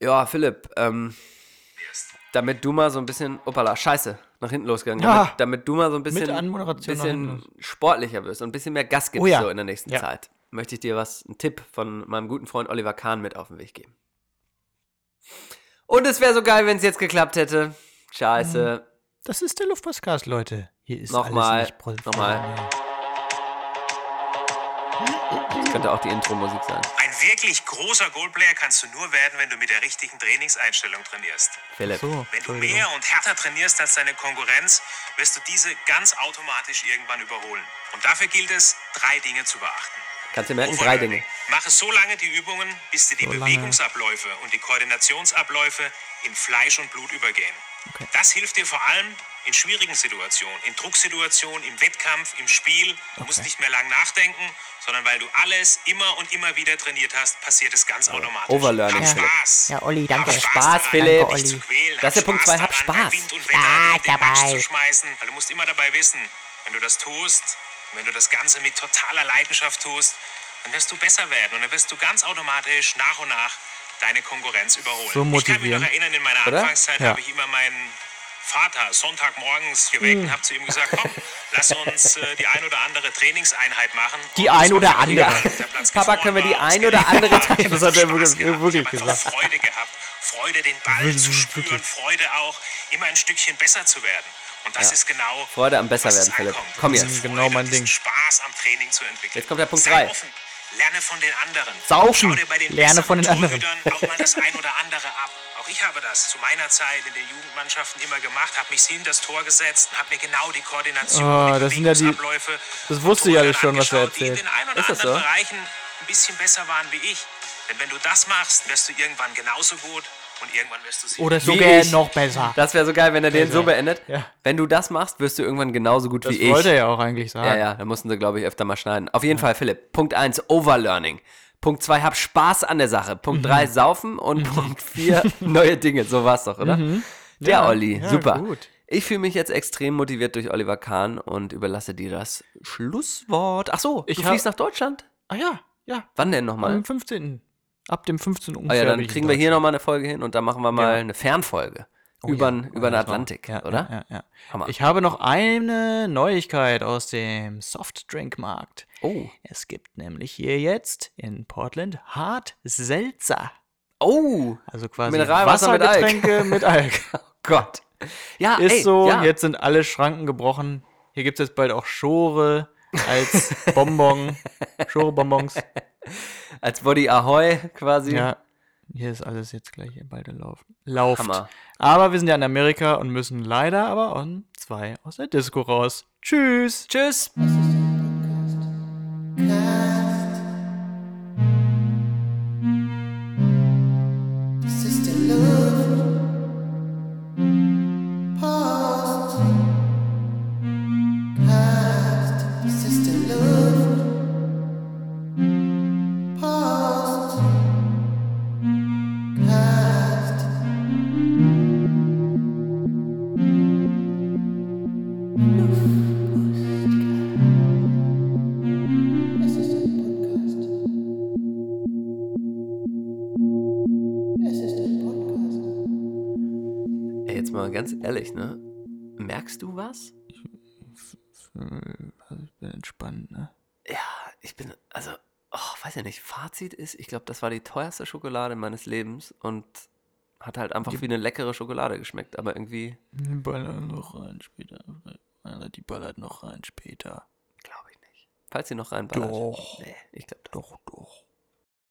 S1: Ja, Philipp, ähm, damit du mal so ein bisschen, opala, scheiße, nach hinten losgegangen,
S2: Ja.
S1: damit, damit du mal so ein bisschen,
S2: Anmoderation nach
S1: bisschen
S2: hinten
S1: sportlicher wirst und ein bisschen mehr Gas gibst
S2: Oh ja.
S1: so in der nächsten
S2: Ja.
S1: Zeit, möchte ich dir was, einen Tipp von meinem guten Freund Oliver Kahn mit auf den Weg geben. Und es wäre so geil, wenn es jetzt geklappt hätte. Scheiße.
S2: Das ist der Luftpostcast, Leute. Hier ist
S1: Nochmal,
S2: alles nicht
S1: nochmal. Das könnte auch die Intro-Musik sein.
S8: Ein wirklich großer Goalplayer kannst du nur werden, wenn du mit der richtigen Trainingseinstellung trainierst.
S1: Philipp.
S2: So,
S8: Wenn du
S2: Entschuldigung.
S8: mehr und härter trainierst als deine Konkurrenz, wirst du diese ganz automatisch irgendwann überholen. Und dafür gilt es, drei Dinge zu beachten.
S1: Kannst du merken,
S8: Wovon
S1: drei
S8: wir
S1: Dinge.
S8: reden? Mache so lange die Übungen, bis dir die
S2: So lange.
S8: Bewegungsabläufe und die Koordinationsabläufe in Fleisch und Blut übergehen. Das hilft dir vor allem in schwierigen Situationen, in Drucksituationen, im Wettkampf, im Spiel. Du musst nicht mehr lang nachdenken, sondern weil du alles immer und immer wieder trainiert hast, passiert es ganz automatisch.
S1: Overlearning,
S8: Hab
S1: Philipp.
S8: Spaß.
S9: Ja, Olli, danke.
S8: Hab
S1: Spaß,
S8: daran,
S1: Philipp.
S8: dich zu
S1: Das
S8: quälen.
S1: ist
S8: Hab
S1: der Punkt zwei, hab
S8: daran, bei
S1: Spaß.
S8: Wind und Wetter
S9: Spaß
S8: den Matsch
S9: dabei.
S8: Zu schmeißen, weil du musst immer dabei wissen, wenn du das tust, wenn du das Ganze mit totaler Leidenschaft tust, dann wirst du besser werden und dann wirst du ganz automatisch nach und nach deine Konkurrenz überholen.
S2: So
S8: Ich kann mich
S2: motivierend.
S8: noch erinnern, in meiner
S1: Oder?
S8: Anfangszeit
S2: Ja.
S8: habe ich immer meinen Vater Sonntagmorgens geweckt
S2: Hm.
S8: und habe zu ihm gesagt, komm, lass uns äh, die ein oder andere Trainingseinheit machen.
S2: Die
S8: Und das
S2: ein
S8: war
S2: oder
S8: für mich
S2: andere.
S8: egal, ob der Platz
S1: Papa,
S8: gefroren
S1: können wir die
S8: war, ob es
S1: ein oder andere
S8: geregnet hat,
S2: Das hat er wirklich-
S8: Spaß gehabt.
S2: wirklich
S8: Ich habe einfach
S2: gesagt.
S8: Freude gehabt, Freude den Ball zu spüren, Freude auch, immer ein Stückchen besser zu werden. Und das ist genau
S1: Freude am Besserwerden,
S8: was es
S1: Philipp.
S8: ankommt.
S1: Komm
S8: Diese
S1: jetzt.
S8: Freude,
S2: Genau mein
S8: diesen
S2: Ding.
S8: Spaß am Training zu entwickeln.
S1: Jetzt kommt der Punkt
S8: Sei
S1: drei.
S8: offen, Lerne von den anderen.
S2: Saufen.
S8: Schau dir bei den
S2: Lerne
S8: besseren
S2: von den anderen.
S8: Torhütern auch mal das ein oder andere ab. Auch ich habe das zu meiner Zeit in den Jugendmannschaften immer gemacht, habe mich hinter das Tor gesetzt und habe mir genau die Koordination,
S2: Oh,
S8: die
S2: das sind ja die-
S8: Bewegungsabläufe
S2: das wusste ich
S8: von
S2: alles schon, was er
S8: angeschaut, die in
S2: erzählt.
S8: den ein oder
S1: Ist das
S8: anderen
S1: so?
S8: Bereichen ein bisschen besser waren wie ich. Denn wenn du das machst, wirst du irgendwann genauso gut und irgendwann wirst du sie.
S2: Oder
S1: Wie
S2: sogar
S1: ich.
S2: noch besser.
S1: Das wäre so geil, wenn er den so
S2: Also,
S1: beendet.
S2: ja.
S1: Wenn du das machst, wirst du irgendwann genauso gut
S2: Das
S1: wie ich.
S2: wollte er ja auch eigentlich
S1: Ja,
S2: sagen.
S1: ja, da mussten sie, glaube ich, öfter mal schneiden. Auf jeden Fall, Philipp. Punkt 1, Overlearning. Punkt 2, hab Spaß an der Sache.
S2: Mhm.
S1: Punkt 3, saufen. Und Punkt 4, neue Dinge. So war's doch, oder? Ja,
S2: Mhm. Ja,
S1: Olli,
S2: ja,
S1: super.
S2: gut.
S1: Ich fühle mich jetzt extrem motiviert durch Oliver Kahn und überlasse dir das Schlusswort. Ach so,
S2: Ich
S1: du
S2: hab-
S1: fliegst nach Deutschland?
S2: Ah ja, ja.
S1: Wann denn nochmal?
S2: Am 15. Ab dem 15.
S1: Ah
S2: ungefähr.
S1: ja,
S2: bin
S1: dann
S2: ich in
S1: kriegen wir hier
S2: Deutschland.
S1: nochmal eine Folge hin und dann machen wir mal
S2: Genau.
S1: eine Fernfolge. über,
S2: ja.
S1: den- über den
S2: das war-
S1: Atlantik,
S2: ja,
S1: oder?
S2: Ja, ja,
S1: Hammer.
S2: ja. Ich habe noch eine Neuigkeit aus dem Softdrinkmarkt.
S1: Oh.
S2: Es gibt nämlich hier jetzt in Portland Hart Seltzer.
S1: Oh!
S2: Also quasi
S1: Mineralwasser mit Alk.
S2: Wassergetränke mit Alk.
S1: Oh Gott. Ja,
S2: Ist
S1: ey,
S2: so,
S1: ja.
S2: jetzt sind alle Schranken gebrochen. Hier gibt es jetzt bald auch Schore als Bonbon. Schore-Bonbons.
S1: Als Body Ahoy quasi.
S2: Ja. Hier ist alles jetzt gleich hier beide laufen. Lauft.
S1: Hammer.
S2: Aber wir sind ja in Amerika und müssen leider aber on zwei aus der Disco raus. Tschüss. Tschüss.
S6: This is the love past past. This is the love past past. Es ist ein Podcast. Es ist ein Podcast.
S1: Ey, jetzt mal ganz ehrlich, ne? Merkst du was?
S2: Also ich bin entspannt, ne?
S1: Ja, ich bin, also, oh, weiß ja nicht. Fazit ist, ich glaube, das war die teuerste Schokolade meines Lebens und hat halt einfach wie eine leckere Schokolade geschmeckt, aber irgendwie
S2: Die ballern noch rein später. Die ballert noch rein später.
S1: glaube ich nicht. Falls sie noch reinballert.
S2: Doch.
S1: Nee.